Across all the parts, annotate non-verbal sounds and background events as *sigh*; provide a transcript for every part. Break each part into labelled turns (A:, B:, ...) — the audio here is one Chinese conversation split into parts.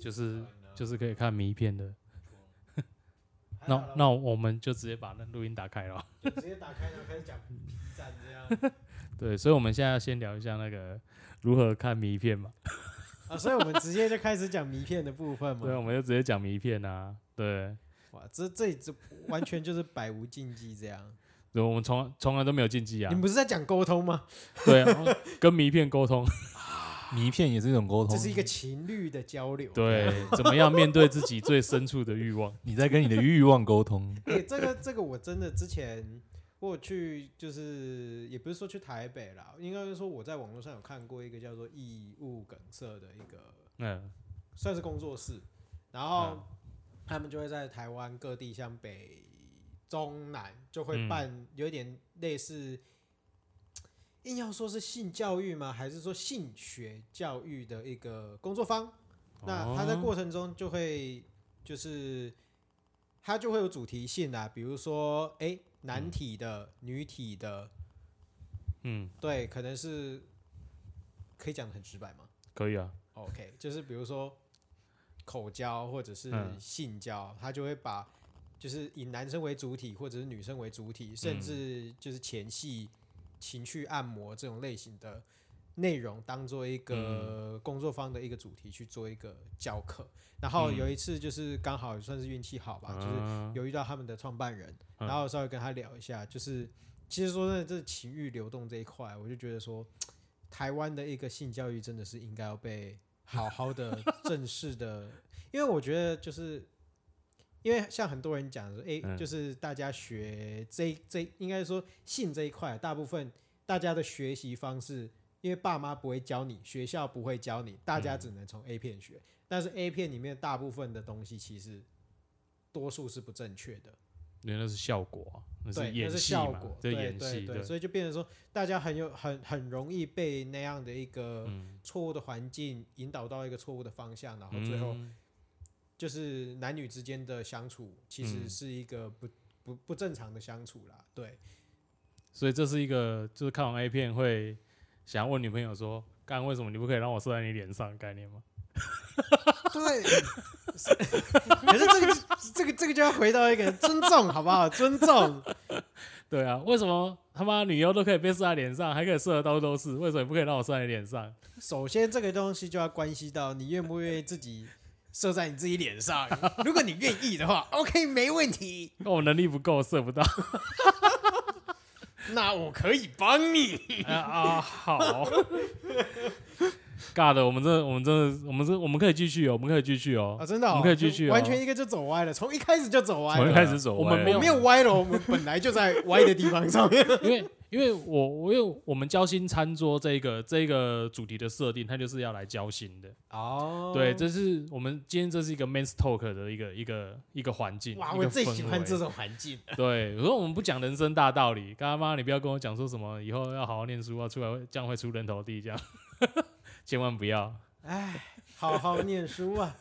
A: 就是就是可以看迷片的。那那我们就直接把那录音打开
B: *laughs*
A: 了。
B: 那直接打开，然后开始讲 B 站这样。
A: 对，所以我们现在要先聊一下那个 *laughs* 如何看迷片嘛。
B: *laughs* 啊，所以我们直接就开始讲迷片的部分
A: 对，
B: 嘛。
A: 我们就直接讲迷片啊。对，
B: 哇，这这这完全就是百无禁忌这样。
A: 对我们从从来都没有禁忌
B: 你
A: 啊
B: 们。不是在讲沟通吗？
A: 对啊，跟迷片沟
B: *laughs*
A: 通。
C: 啊迷片也是一种沟通。
B: 这是一个情侣的交流。
A: 对，怎么样面对自己最深处的欲望？
C: *laughs* 你在跟你的欲望沟通，
B: 哎、这个这个我真的之前我有去，就是也不是说去台北啦，应该是说我在网络上有看过一个叫做义务梗塞的一个
A: 嗯，
B: 算是工作室，然后
A: 嗯
B: 他们就会在台湾各地，像北、中、南，就会
A: 嗯
B: 办有一点类似，硬要说是性教育吗？还是说性学教育的一个工作坊？
A: 哦
B: 那他在过程中就会就是他就会有主题性啊啦，比如说哎、诶男体的、女体的，
A: 嗯，
B: 对，可能是可以讲的很直白吗？
A: 可以啊。
B: OK，就是比如说口交或者是
A: 嗯
B: 性交，他就会把就是以男生为主体或者是女生为主
A: 嗯
B: 体，甚至就是前戏、情趣按摩这种类型的内容，当做一
A: 嗯
B: 个工作方的一个主题去做一个教课。然后有一次就是刚好算是运气好吧，就是
A: 嗯啊
B: 有遇到他们的创办人，
A: 嗯
B: 然后稍微跟他聊一下，就是其实说真的，这情欲流动这一块，我就觉得说，台湾的一个性教育真的是应该要被好好的正式的，因为我觉得就是。因为像很多人讲说，哎、
A: 嗯
B: 就是大家学这这，应该说性这一块，大部分大家的学习方式，因为爸妈不会教你，学校不会教你，大家只能从 A 片学。但是 A 片里面大部分的东西其实多数是不正确的，
A: 原来是效果啊，那
B: 对，那
A: 演
B: 是
A: 戏
B: 效
A: 嘛
B: 果，，
A: 这
B: 对
A: 演
B: 对
A: 戏
B: 对，所以就变成说，大家很有很很容易被那样的一个
A: 嗯
B: 错误的环境引导到一个错误的方向，然后最后
A: 嗯
B: 就是男女之间的相处其
A: 嗯
B: 实是一个不不不正常的相处啦，
A: *laughs*
B: 对，
A: 所以这是一个就是看完 A 片会想要问女朋友说，干为什么你不可以让我射在你脸上的概念吗？
B: 对。可是这个这个这个就要回到一个尊重，好不好？尊重，
A: 对啊，为什么他妈女优都可以被射在脸上，还可以射得到处都是，为什么你不可以让我射在你脸上？
B: 首先，这个东西就要关系到你愿不愿意自己射在你自己脸上。如果你愿意的话，OK，没问题，
A: 那我能力不够，射不到
B: 那我可以帮你。 *laughs*
A: 啊啊！好， *laughs* 尬的，我们真的，我们真的，我们是，我们可以继续哦，我们可以继续哦
B: 啊，，真的、哦，
A: 我们可以继续哦
B: 完全一个就走歪了，从一开始就走歪
C: 从一
B: 了。
C: 开始走
A: 我
C: 歪
A: 们
C: 了
A: 没有
B: 没有歪了，我们本来就在歪的地方
A: *laughs*
B: 上面。
A: 因为因为我我因为我们交心餐桌这个这个主题的设定，它就是要来交心的。
B: 哦
A: 对，这是我们今天这是一个 men's talk 的一个一个一个环境。
B: 哇，
A: 一
B: 我
A: 个
B: 最
A: 氛
B: 喜欢
A: 围
B: 这。种环境。
A: 对，如果我们不讲人生大道理，干妈你不要跟我讲说什么以后要好好念书啊，出来会这样会出人头地这样， *laughs* 千万不要，
B: 哎， *laughs* 好好念书
A: *laughs*
B: 啊！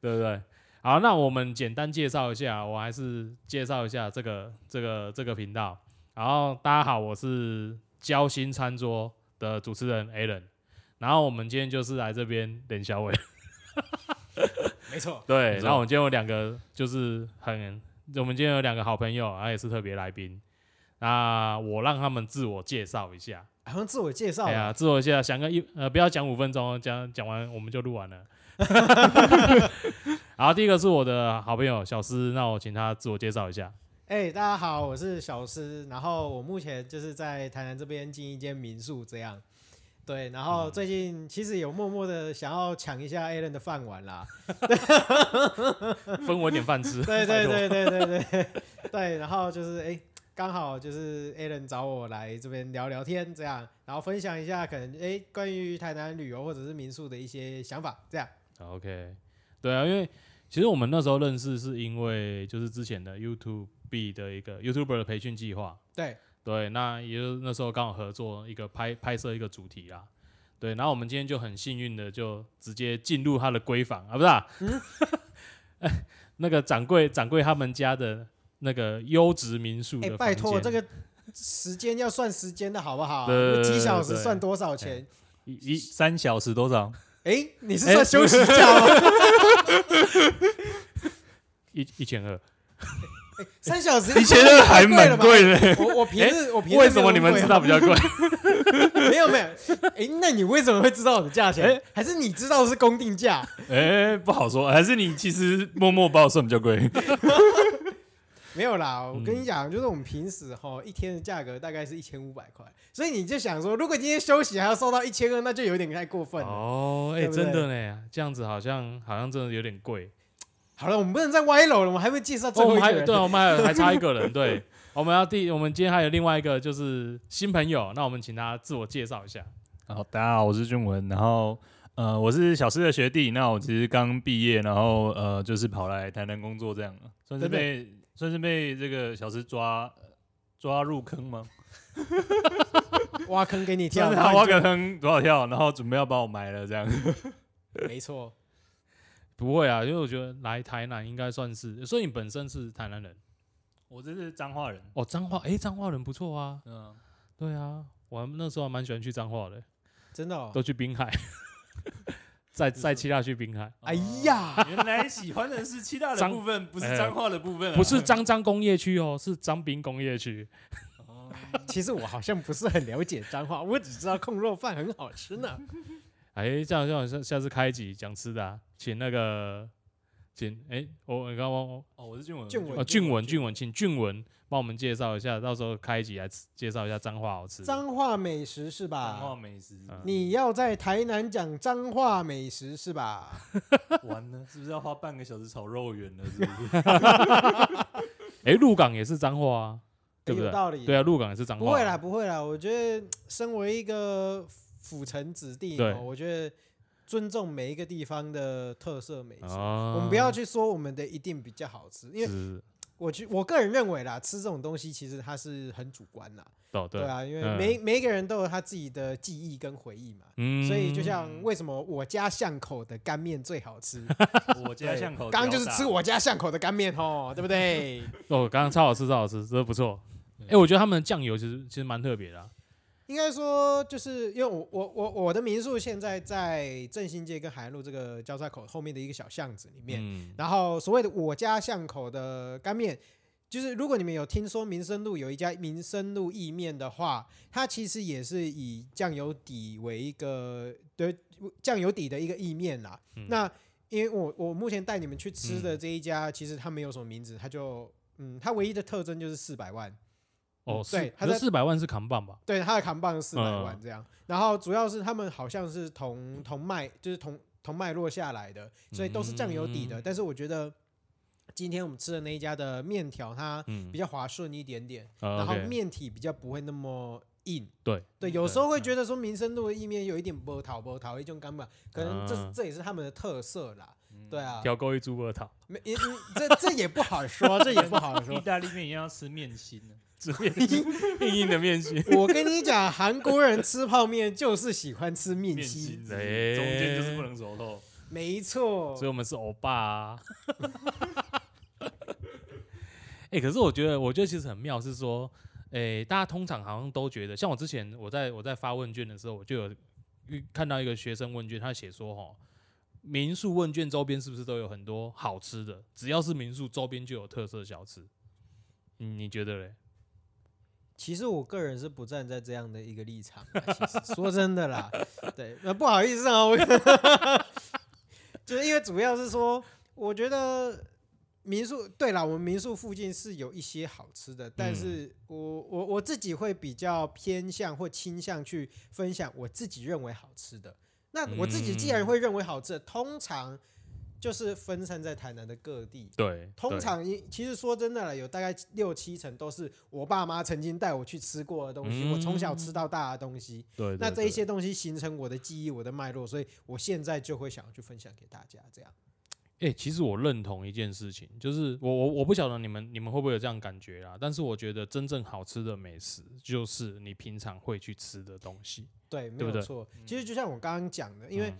A: 对不对？好，那我们简单介绍一下，我还是介绍一下这个这个这个频道。然后大家好，我是交心餐桌的主持人 Alan。然后我们今天就是来这边连小伟，
B: 没错，
A: 对，
C: 没错
A: 然后我们今天有两个，就是很，我们今天有两个好朋友，然啊后也是特别来宾。那我让他们自我介绍一下，
B: 好像自我介绍
A: 哎
B: 吧。
A: 呀，自我介绍，想个一呃，不要讲五分钟哦，讲讲完我们就录完了。 *laughs* 好，第一个是我的好朋友小诗，那我请他自我介绍一
B: *laughs*
A: 下。
B: 哎、大家好，我是小诗，然后我目前就是在台南这边进一间民宿这样，对，然
A: 嗯
B: 后最近其实有默默的想要抢一下 Alan 的饭碗啦，
A: 分我一点饭吃。
B: 对
A: 拜
B: 对
A: 托，
B: 对对对对对，然后就是哎、刚好就是 Alan 找我来这边聊聊天这样，然后分享一下可能哎、关于台南旅游或者是民宿的一些想法这样，
A: 好 OK，对啊，因为其实我们那时候认识是因为就是之前的 YouTube 的一个 YouTuber 的培训计划，
B: 对，
A: 对，那也就是那时候刚好合作一个拍拍摄一个主题啦。对，然后我们今天就很幸运的就直接进入他的闺房啊，不是、啊，哎 *laughs* 那个掌柜掌柜他们家的那个优质民宿
B: 哎、
A: 的、
B: 拜托这
A: 个
B: 个。时间要算时间的好不好？
A: 对对对
B: 几小时
A: 对
B: 算多少钱？
A: 一一
C: 三小时多少？
B: 哎、哎，你是
A: 哎
B: 算休息假
A: *laughs*
B: 吗？
A: 一一千二，
B: 三小时
A: 一千二还蛮
B: 贵
A: 贵的。哎
B: 了吧。我我平日我平日
A: 为什么你们
B: 没有
A: 知道
B: 那么啊
A: 比较贵？ *laughs*
B: 贵啊？没有没有，哎，那你为什么会知道我的价钱
A: 哎？
B: 还是你知道是公定价？
A: 哎，不好说，还是你其实
C: 默默把我算比较贵，
B: 没有啦，我跟
A: 嗯
B: 你讲，就是我们平时哈一天的价格大概是一千五百块，所以你就想说，如果今天休息还要收到一千二，那就有点太过分了。
A: 哦，哎，
B: *laughs* 对不对
A: 真的呢，这样子好像好像真的有点贵。
B: 好了，我们不能再歪楼了，我们还没
A: *laughs*
B: 介绍最
A: 哦，我
B: 后一
A: 们
B: 个
A: 还
B: 人。
A: 对，我们还还差一个人，对， *laughs* 我们要第，我们今天还有另外一个就是新朋友，那我们请他自我介绍一下。
C: 好，大家好，我是俊文，然后呃，我是小师的学弟，那我其实刚毕业，然后呃，就是跑来台南工作这样，啊算是
B: 真的
C: 被算是被这个小师抓抓入坑吗？
B: 挖坑给你 *laughs* 跳
C: 算是，
A: 啊
C: 他挖个坑多少跳，然后准备要把我埋了这样。 *laughs*
B: 没错，
A: 不会啊，因为我觉得来台南应该算是，所以你本身是台南人
C: 我这是彰化人，
A: 哦，彰化，哎，彰化人不错啊，
C: 嗯，
A: 对啊，我还那时候还蛮喜欢去彰化的，
B: 真的、哦。
A: 都去滨 *laughs* 海，在在七大去滨海，
B: 哎呀，
C: 哦原来喜欢的是七大
A: 彰
C: 的部分，不是
A: 哎
C: 彰化的部分啊，
A: 不是彰彰工业区哦，是彰滨工业区。
C: 哦。
B: 其实我好像不是很了解彰化，我只知道控肉饭很好吃呢。
A: 哎，这样这样，下下次开一集讲吃的、啊，请那个，请哎，我你刚刚忘
C: 哦，我是俊文，
B: 俊文
A: 哦，俊文，俊文，请俊文帮我们介绍一下，到时候开一集来吃介绍一下彰化好吃的。
B: 彰化美食是
C: 彰化
B: 吧？
C: 啊美食，
A: 嗯
B: 你要在台南讲彰化美食是吧？
C: 完了，是不是要花半个小时炒肉圆了？
B: *laughs*
C: 是不是？
A: 哎，鹿港也是彰化啊，对不
B: 有
A: 对？
B: 道理。
A: 对啊，鹿港也是彰化。
B: 不会啦，，不会啦。我觉得身为一个府城子弟、
A: 对
B: 哦，我觉得尊重每一个地方的特色美食。
A: 啊，
B: 我们不要去说我们的一定比较好吃，因为
A: 是，
B: 我去我个人认为啦，吃这种东西其实它是很主观啦，
A: 哦对
B: 对，啊，因为
A: 嗯
B: 每、每一个人都有他自己的记忆跟回忆嘛，
A: 嗯，
B: 所以就像为什么我家巷口的干面最好吃，
C: 我家巷口，
B: 刚刚就是吃。我家巷口的干面吼，对不对？
A: 哦，刚刚超好吃，超好吃，真的不错。
B: 嗯
A: 哎，我觉得他们的酱油其实其实蛮特别的啊。
B: 应该说，就是因为我我我我的民宿现在在振兴街跟海岸路这个交叉口后面的一个小巷子里面。
A: 嗯，
B: 然后所谓的我家巷口的干面，就是如果你们有听说民生路有一家民生路意面的话，它其实也是以酱油底为一个对酱油底的一个意面啦。
A: 嗯
B: 那因为我我目前带你们去吃的这一家，其实它没有什么名字，它就嗯，它唯一的特征就是四百万。
A: 哦，
B: 对
A: 是
B: 他
A: 可
B: 在
A: 是四百万是扛棒吧？
B: 对，他的扛棒四百
A: 嗯
B: 万这样。然后主要是他们好像是同同脉，就是同同脉络下来的，所以都是酱油底的。
A: 嗯
B: 但是我觉得今天我们吃的那一家的面条，它
A: 嗯哦
B: 比，较滑顺一点点，
A: 然
B: 然后面体比较不会那么硬。
A: 对
B: 对，
C: 嗯
B: 有
C: 对
B: 时候会
C: 嗯
B: 觉得说民生路的意面有一点波涛波涛一种干嘛，可能这、
A: 嗯
B: 这也是他们的特色啦。
C: 嗯
B: 对啊，
A: 挑钩一猪二桃，
B: 没也嗯这这也不好说，这也不好说
A: *laughs*
C: 意。大利面一定要吃面心呢，
A: 这面筋 *laughs* 硬硬的面筋，
B: 我跟你讲，韩国人吃泡面就是喜欢吃面
C: 面
B: 心
C: 心，，
A: 哎
C: 中间就是不能熟透。
B: 没错
A: 所以，我们是欧巴啊。 *laughs* 哎，可是我觉得，我觉得其实很妙，是说，哎，大家通常好像都觉得，像我之前我在我在发问卷的时候，我就有遇看到一个学生问卷，他写说，哦，民宿问卷周边是不是都有很多好吃的？只要是民宿周边就有特色小吃，你你觉得嘞？
B: 其实我个人是不站在这样的一个立场啊。 *laughs* 其实说真的啦，对，那不好意思啊，我 *laughs* 就是因为主要是说，我觉得民宿对啦，我们民宿附近是有一些好吃的，但是我我我自己会比较偏向或倾向去分享我自己认为好吃的。那我自己既然
A: 嗯
B: 会认为好吃的，通常就是分散在台南的各地。
A: 对，
B: 通常一其实说真的了，有大概六七成都是我爸妈曾经带我去吃过的东西，
A: 嗯
B: 我从小吃到大的东西。
A: 对，
B: 那这一些东西形成我的记忆，我的脉络，所以我现在就会想要去分享给大家。这样，
A: 哎、其实我认同一件事情，就是我我我不晓得你们你们会不会有这样感觉啦，但是我觉得真正好吃的美食，就是你平常会去吃的东西，
B: 对，没
A: 对不对
B: 有错。其实就像我刚刚讲的，因为
A: 嗯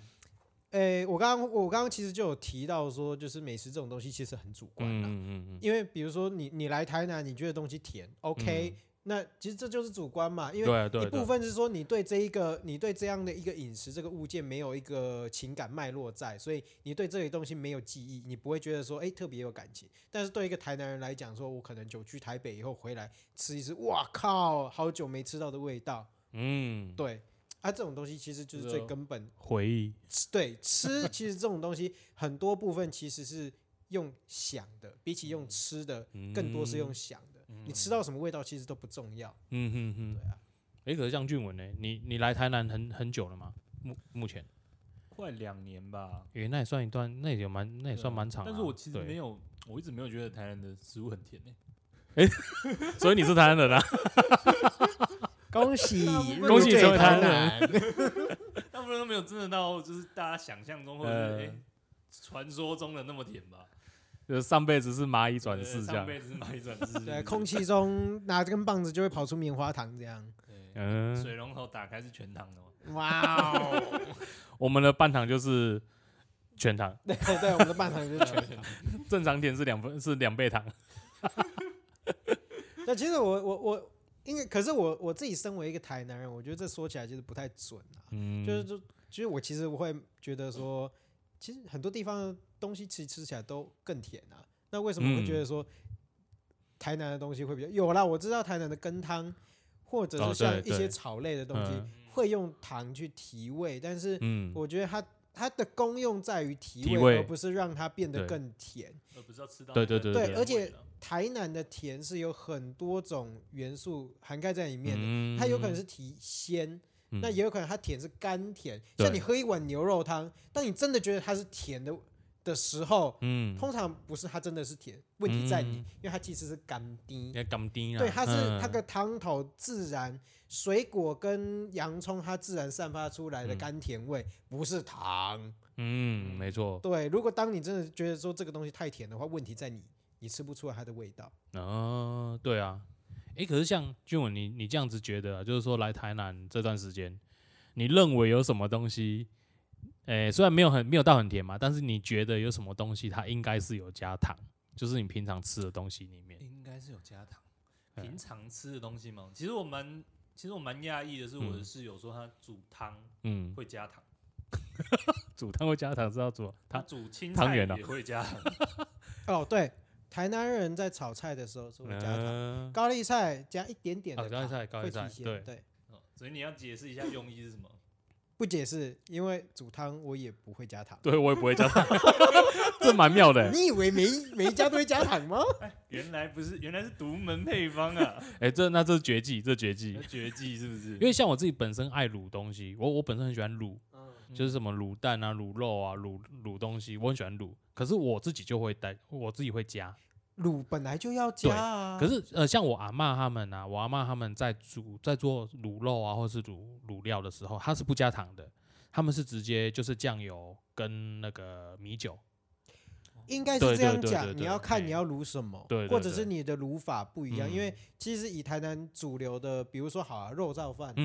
B: 诶、我刚刚我刚刚其实就有提到说，就是美食这种东西其实很主观啦。
A: 嗯嗯嗯嗯，嗯
B: 因为比如说你你来台南，你觉得东西甜，OK，、那其实这就是主观嘛，因为
A: 对啊对
B: 一
A: 啊对啊，
B: 部分是说你对这一个，你对这样的一个饮食这个物件没有一个情感脉络在，所以你对这些东西没有记忆，你不会觉得说哎、诶特别有感情。但是对一个台南人来讲，说我可能久居台北以后回来吃一吃，哇靠，好久没吃到的味道。
A: 嗯，
B: 对，啊，这种东西其实就是最
A: 是哦
B: 根本。
A: 回忆，
B: 吃对，吃其实这种东西很多部分其实是用想的，比起
A: 嗯
B: 用吃的，更多是用想的。你吃到什么味道其实都不重要。
A: 嗯哼哼，
B: 对啊，
A: 哎、可是像俊文呢、你你来台南很很久了吗？目目前，
C: 快两年吧，
A: 诶、那也算一段，那也有蛮，那也
C: 对啊
A: 算蛮长、
C: 但是我其实没
A: 有，
C: 有，我一直没有觉得台南的食物很甜诶、
A: 所以你是台南人
C: *laughs*
A: 啊？
B: 恭
A: *laughs*
B: 喜
A: 恭喜成为台
B: 南
A: 南。
C: 大部分都没有真的到就是大家想象中或者
A: 呃
C: 是诶传说中的那么甜吧。
A: 就是上辈子是蚂蚁转
C: 对
A: 世这
C: 上
A: 样，
C: 辈子是蚂蚁转世，
B: 对，空气中拿根棒子就会跑出棉花糖这样。
C: 对
A: 嗯，
C: 水龙头打开是全糖的嘛？
B: 哇哦！
A: 我们的半糖就是全糖，
B: *laughs* 对对，我们的半糖就是全糖。
A: 正常甜是两分是两倍糖，
B: 那其实我我我，因为可是我我自己身为一个台南人，我觉得这说起来就是不太准啊。
A: 嗯，
B: 就是就其实我其实我会觉得说，其实很多地方的东西其实吃起来都更甜啊。那为什么会觉得
A: 嗯
B: 说台南的东西会比较有啦？我知道台南的羹汤，或者
A: 哦
B: 是
A: 对
B: 像一些
A: 对
B: 草类的东西
A: 嗯
B: 会用糖去提味，但是
A: 嗯，
B: 我觉得它它的功用在于提
A: 提
B: 味，而
A: 味
B: 不是让它变得
A: 对
B: 更甜。
C: 而不是要吃到
A: 对
C: 那个
A: 对对
B: 对
C: 甜
B: 而
C: 味
B: 且
C: 了
B: 台南的甜是有很多种元素涵盖在里面的，
A: 嗯
B: 它有可能是提鲜，
A: 嗯
B: 那也有可能它甜是甘甜。
A: 对
B: 像你喝一碗牛肉汤，当你真的觉得它是甜的的时候，
A: 嗯，
B: 通常不是它真的是甜，问题在你，
A: 嗯
B: 因为它其实是甘滴。
A: 要甘甜啊，
B: 对，它是
A: 嗯
B: 它的汤头自然，水果跟洋葱它自然散发出来的
A: 嗯
B: 甘甜味，不是糖。
A: 嗯，没错，
B: 对，如果当你真的觉得说这个东西太甜的话，问题在你，你吃不出来它的味道。
A: 哦，对啊，诶，可是像俊文，你你这样子觉得、啊，就是说来台南这段时间，你认为有什么东西？诶，虽然没有很没有到很甜嘛，但是你觉得有什么东西它应该是有加糖，就是你平常吃的东西里面，
C: 应该是有加糖。
A: 嗯
C: 平常吃的东西嘛，其实我蛮，其实我蛮讶异的是，我的室友说他煮汤
A: 嗯，
C: 会加糖，
A: 煮汤会加糖，知道煮
C: 他
A: 汤，
C: 煮青
A: 汤
C: 菜
A: 圆啊
C: 也会加糖，
B: 哦，对，台南人在炒菜的时候是会加糖，
A: 嗯
B: 高丽菜加一点点的
A: 啊
B: 糖，
A: 高丽菜高
B: 会
A: 丽
B: 提
A: 菜
B: 鲜
A: 对
B: 对，
C: 哦所以你要解释一下用意是什么。
B: 不解释，因为煮汤我也不会加糖。
A: 对我也不会加糖， *laughs* 这蛮妙的、欸
B: 你以为每每一家都会加糖吗？
C: 原来不是，原来是独门配方
A: *laughs*
C: 啊，
A: 哎、这那这是绝技，这绝技
C: 那。绝技是不是？
A: 因为像我自己本身爱卤东西，我我本身很喜欢卤，
B: 嗯
A: 就是什么卤蛋啊、卤肉啊、卤卤东西，我很喜欢卤。可是我自己就会带，我自己会加。
B: 卤本来就要加啊。
A: 可
B: 是
A: 是呃，像我阿嬷他们啊，我阿嬷他们在煮在做卤肉啊，或是卤卤料的时候，它是不加糖的，他们是直接就是酱油跟那个米酒。
B: 应该
A: 对
B: 是这
A: 对
B: 样
A: 对
B: 讲
A: 对，对
B: 你要看
A: 嘿
B: 你要卤什么，
A: 对对
B: 或者
A: 对
B: 是你的卤法不一样。因为
A: 嗯
B: 其实以台南主流的，比如说好啊，肉燥饭，嗯，
A: 嗯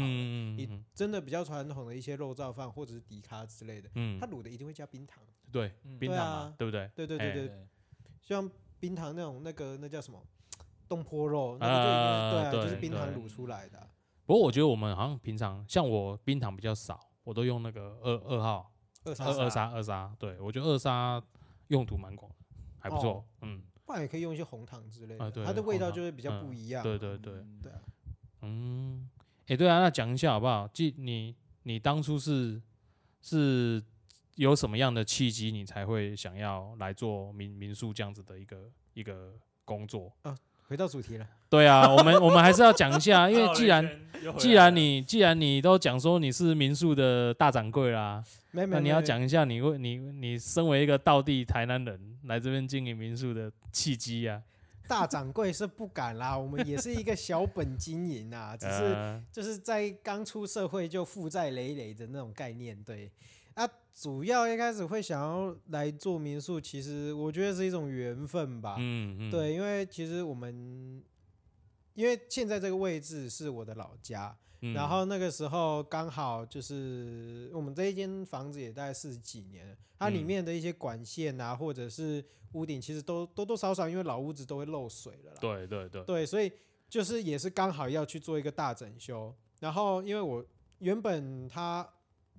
A: 嗯
B: 一
A: 嗯嗯
B: 真的比较传统的一些肉燥饭或者是迪卡之类的，
A: 嗯
B: 它，卤的一定会加冰糖。
A: 对，
C: 嗯
A: 冰
B: 对
A: 糖
B: 啊
A: 嘛，对不对？
B: 对对对
A: 嘿
B: 对，
C: 对
B: 像冰糖那种那个那叫什么东坡肉，那个
A: 啊
B: 就一定是对啊，就是
A: 对
B: 冰糖
C: 对
B: 卤出来的啊。
A: 不过我觉得我们好像平常像我冰糖比较少，我都用那个二二号二
B: 二三
A: 二砂二砂，对我觉得二砂用途蛮广的，还不错。
B: 哦
A: 嗯，
B: 不然也可以用一些红糖之类的，
A: 啊对
B: 它的味道
A: 红糖
B: 就会比较
A: 嗯
B: 不一样。
A: 对对对，
B: 对啊，
A: 嗯，哎、对啊，那讲一下好不好？记你你当初是是有什么样的契机，你才会想要来做民民宿这样子的一个一个工作？
B: 回到主题了，
A: 对啊，我们我们还是要讲一下，
B: *laughs*
A: 因为既
C: 绕
A: 然
C: 了一圈又回来
A: 既然
C: 了
B: 啊
C: *laughs*
A: 你既然你都讲说你是民宿的大掌柜啦，
B: 没没，
A: 那你
B: 没
A: 要
B: 没
A: 讲一下你为你你身为一个道地台南人来这边经营民宿的契机啊，
B: 大掌柜是不
A: *laughs*
B: 敢啦，我们也是一个小本经营啊，只是
A: 呃
B: 就是在刚出社会就负债累累的那种概念。对，啊，主要一开始会想要来做民宿，其实我觉得是一种缘分吧。
A: 嗯嗯，
B: 啊对，因为其实我们，因为现在这个位置是我的老家，
A: 嗯，
B: 然后那个时候刚好就是我们这一间房子也大概四十几年了，它里
A: 嗯
B: 面的一些管线啊，或者是屋顶，其实都多多少少因为老屋子都会漏水了啦。
A: 对对对，
B: 对，所以就是也是刚好要去做一个大整修，然后因为我原本他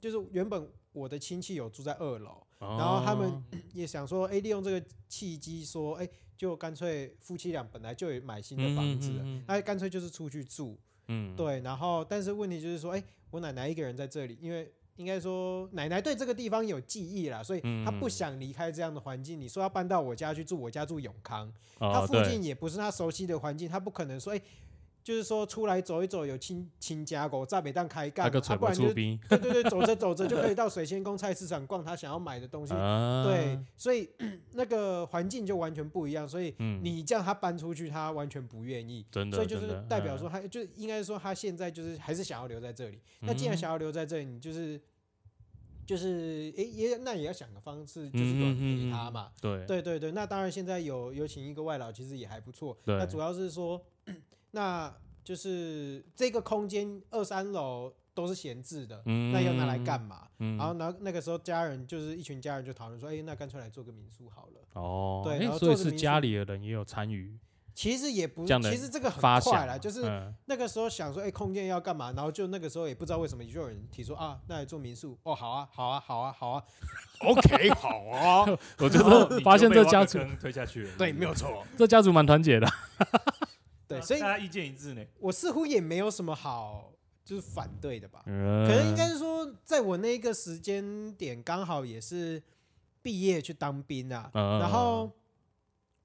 B: 就是原本我的亲戚有住在二楼，
A: 然
B: 然后他们也想说，哎，利用这个契机说，哎，就干脆夫妻俩本来就有买新的房子了，
A: 嗯
B: 那干脆就是出去住，
A: 嗯，
B: 对，然后但是问题就是说，哎、我奶奶一个人在这里，因为应该说奶奶对这个地方有记忆啦，所以她不
A: 嗯
B: 想离开这样的环境。你说要搬到我家去住，我家住永康，她
C: 哦，
B: 附
C: 对，
B: 近也不是她熟悉的环境，她不可能说，哎、就是说出来走一走，有亲亲家狗在北蛋开干
A: 那
B: 嘛，
A: 个
B: 啊、
A: 蠢
B: 不
A: 不
B: 然就
A: 出
B: 是
A: 兵，
B: 对对对，走着走着就可以到水仙宫菜市场逛她想要买的东西。
A: 啊
B: 对，，所以 *clears throat* 那个环境就完全不一样，所以
A: 嗯，
B: 你叫她搬出去，她完全不愿意。
A: 真的，
B: 所以就
A: 真
B: 是
A: 的嗯
B: 代表，说他，就应该说他现在就是还是想要留在这里。那既然
A: 嗯
B: 想要留在这里，你就是就是诶、也那也要想个方式，
A: 嗯
B: 就是有人
A: 嗯嗯
B: 陪
A: 嗯
B: 他嘛。
A: 对
B: 对对对，那当然现在有有请一个外劳，其实也还不错。
A: 对
B: 那主要是说，那就是这个空间二三楼都是闲置的，
A: 嗯
B: 那要拿来干嘛？
A: 嗯
B: 然后那那个时候家人就是一群家人就讨论说，哎、那干脆来做个民宿好了。
A: 哦，
B: 对
A: 诶
B: 然后
A: 所以
B: 做的
A: 是
B: 民
A: 家
B: 宿
A: 里的人也有参与
B: 其实也不，
A: 这样的
B: 其实这个很
A: 发
B: 快
A: 想
B: 啦，
A: 嘛，
B: 就是
A: 嗯
B: 啊那个时候想说，哎、空间要干嘛？然后就那个时候也不知道为什么，就有人提出啊，那来做民宿。哦，好啊，好啊，好啊，好啊。OK，好啊。
A: 我 *laughs* 就
B: *laughs*
C: 然后
A: 是
C: 你
A: 发
C: 就
A: 现
C: 被
A: 这
C: 挖
A: 家
C: 个
A: 族，
C: 坑推下去了，
B: 对，没有错。
A: 这家族蛮团结的，
B: 对，
C: 啊
B: 所以
C: 大家意见一致呢。
B: 我似乎也没有什么好就是反对的吧。
A: 可
B: 嗯可能应该是说，在我那个时间点，刚好也是毕业去当兵啊。
A: 嗯
B: 然后
A: 嗯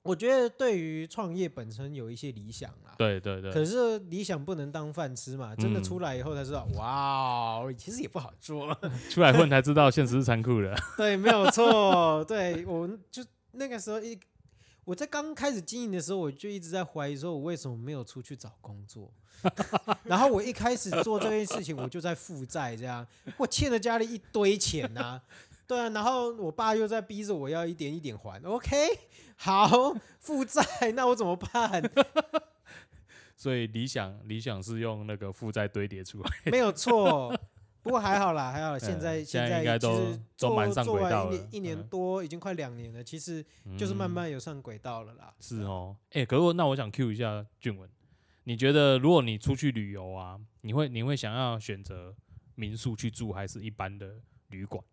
B: 我觉得对于创业本身有一些理想啊。
A: 对对对，
B: 可是理想不能当饭吃嘛，真的
A: 嗯
B: 出来以后才知道，哇哦，其实也不好
A: *laughs*
B: 做。
A: 出来混才知道现实是残酷的， *laughs*
B: 对，没有错。对，我就那个时候一我在刚开始经营的时候，我就一直在怀疑说，我为什么没有出去找工作？ *laughs* 然后我一开始做这件事情，我就在负债，这样我欠了家里一堆钱呐、对啊，然后我爸又在逼着我要一点一点还。OK，好，负债，那我怎么办？
A: 所以理想理想是用那个负债堆叠出来， *laughs*
B: 没有错。不过还好啦，还好啦。现
A: 嗯
B: 在
A: 现在
B: 在
A: 应该
B: 其
A: 都
B: 实
A: 都
B: 做
A: 蛮上
B: 做
A: 轨
B: 完
A: 道了
B: 一年一年
A: 嗯
B: 多，已经快两年了，其实 *laughs* 就是慢慢有上轨道了啦。
A: 是哦，哎、可是我那我想 Q 一下俊文，你觉得如果你出去旅游啊，你会你会想要选择民宿去住，还是一般的旅馆？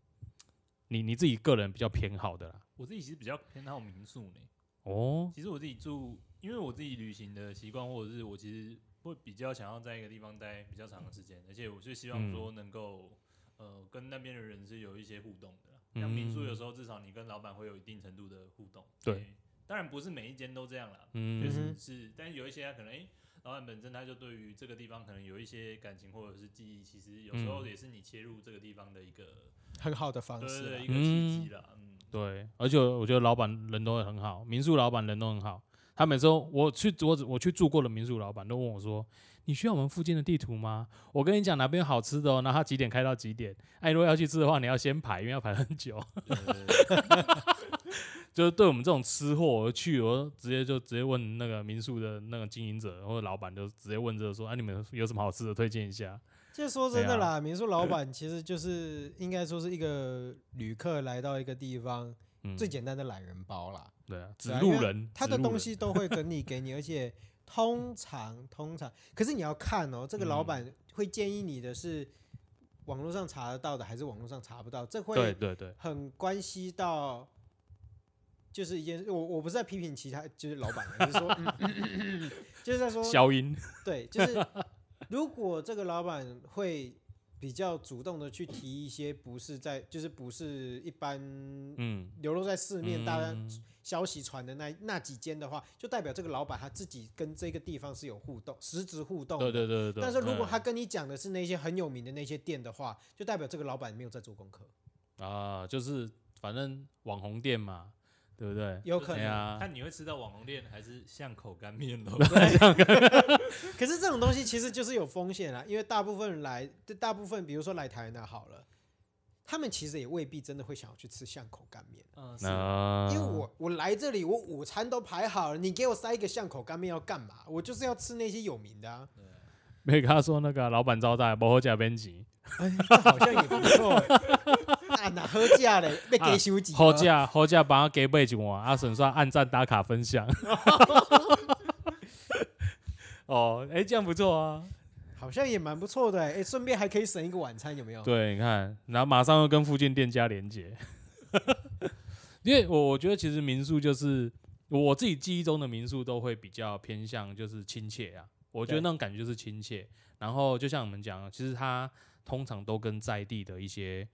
A: 你你自己个人比较偏好的啦。
C: 我自己其实比较偏好民宿呢。
A: 哦，
C: 其实我自己住，因为我自己旅行的习惯，或者是我其实会比较想要在一个地方待比较长的时间，而且我是希望说能够、呃跟那边的人是有一些互动的啦。像民宿有时候至少你跟老板会有一定程度的互动。
A: 对
C: 诶，当然不是每一间都这样啦，就
A: 嗯，
B: 哼
C: 是是，但有一些他可能诶，老板本身他就对于这个地方可能有一些感情或者是记忆，其实有时候也是你切入这个地方的一个、
B: 很好的方
C: 对
B: 式
C: 对对
B: 啦
C: 一。个契机啦。嗯，
A: 对，而且我觉得老板人都很好，民宿老板人都很好。他每次都我去我我去住过的民宿老板都问我说：“你需要我们附近的地图吗？”我跟你讲哪边有好吃的哦，然后他几点开到几点？哎、如果要去吃的话，你要先排，因为要排很久。 *laughs*
C: 嗯对对对对
A: 就是对我们这种吃货而去，我就直接就直接问那个民宿的那个经营者或者老板，就直接问这个说：“啊，你们有什么好吃的推荐一下
B: 就说真的
A: 啊
B: 啦，民宿老板其实就是应该说是一个旅客来到一个地方？”
A: 嗯，
B: 最简单的懒人包啦，
A: 对啊，指
B: 对啊
A: 路
B: 因为
A: 人，
B: 他
A: 指
B: 的
A: 路
B: 东
A: 人
B: 西都会整理给你，而且通常通常，可是你要看哦，这个老
A: 嗯
B: 板会建议你的是网络上查得到的，还是网络上查不到？这会
A: 对对对，
B: 很关系到，就是一件我我不是在批评其他，就是老板啊，就是说，嗯嗯
A: *laughs*
B: 嗯嗯就是在说，
A: 消音，
B: 对，就是如果这个老板会比较主动的去提一些不是在，就是不是一般
A: 嗯，
B: 流落在市面大家
A: 嗯
B: 消息传的那那几间的话，就代表这个老板他自己跟这个地方是有互动，实质互动的。
A: 嗯对对对对对。
B: 但是如果
A: 嗯
B: 他跟你讲的是那些很有名的那些店的话，就代表这个老板没有在做功课，
A: 啊、就是反正网红店嘛，对不对？
B: 有可
A: 对
B: 能。
A: 啊，
C: 看你会吃到网红店还是巷口干面喽？
B: 可是这种东西其实就是有风险啊啦，因为大部分人来，大部分比如说来台南好了，他们其实也未必真的会想要去吃巷口干面，
A: 啊
C: 嗯，是
A: 那
B: 因为我我来这里，我午餐都排好了，你给我塞一个巷口干面要干嘛？我就是要吃那些有名
A: *laughs*
B: 的啊，
A: *laughs* 没跟他说那个啊老板招待，不好加编辑，
B: 哎，这好像也不错、欸，啊，哪喝价嘞？被给啊休几？
A: 好，价好价帮他给啊背景我，阿婶说按赞打卡分享。 *laughs* 哦，哎，这样不错啊。
B: 好像也蛮不错的、欸，哎、顺便还可以省一个晚餐，有没有？
A: 对，你看，然后马上又跟附近店家连接， *laughs* 因为我我觉得其实民宿就是我自己记忆中的民宿都会比较偏向就是亲切啊，我觉得
B: 对
A: 那种感觉就是亲切。然后就像我们讲，其实它通常都跟在地的一些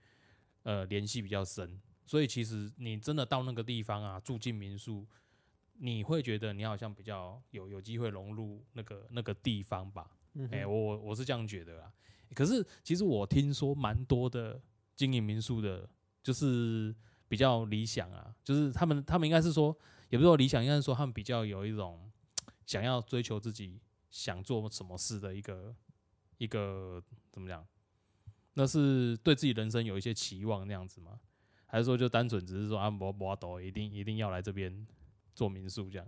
A: 呃联系比较深，所以其实你真的到那个地方啊，住进民宿。你会觉得你好像比较有有机会融入那个那个地方吧？
B: 嗯
A: 哎、我
B: 哼，
A: 我我是这样觉得啦。可是其实我听说蛮多的经营民宿的，就是比较理想啊，就是他们他们应该是说，也不是说理想，应该是说他们比较有一种想要追求自己想做什么事的一个一个怎么讲？那是对自己人生有一些期望那样子吗？还是说就单纯只是说啊，我我抖一定一定要来这边做民宿这样？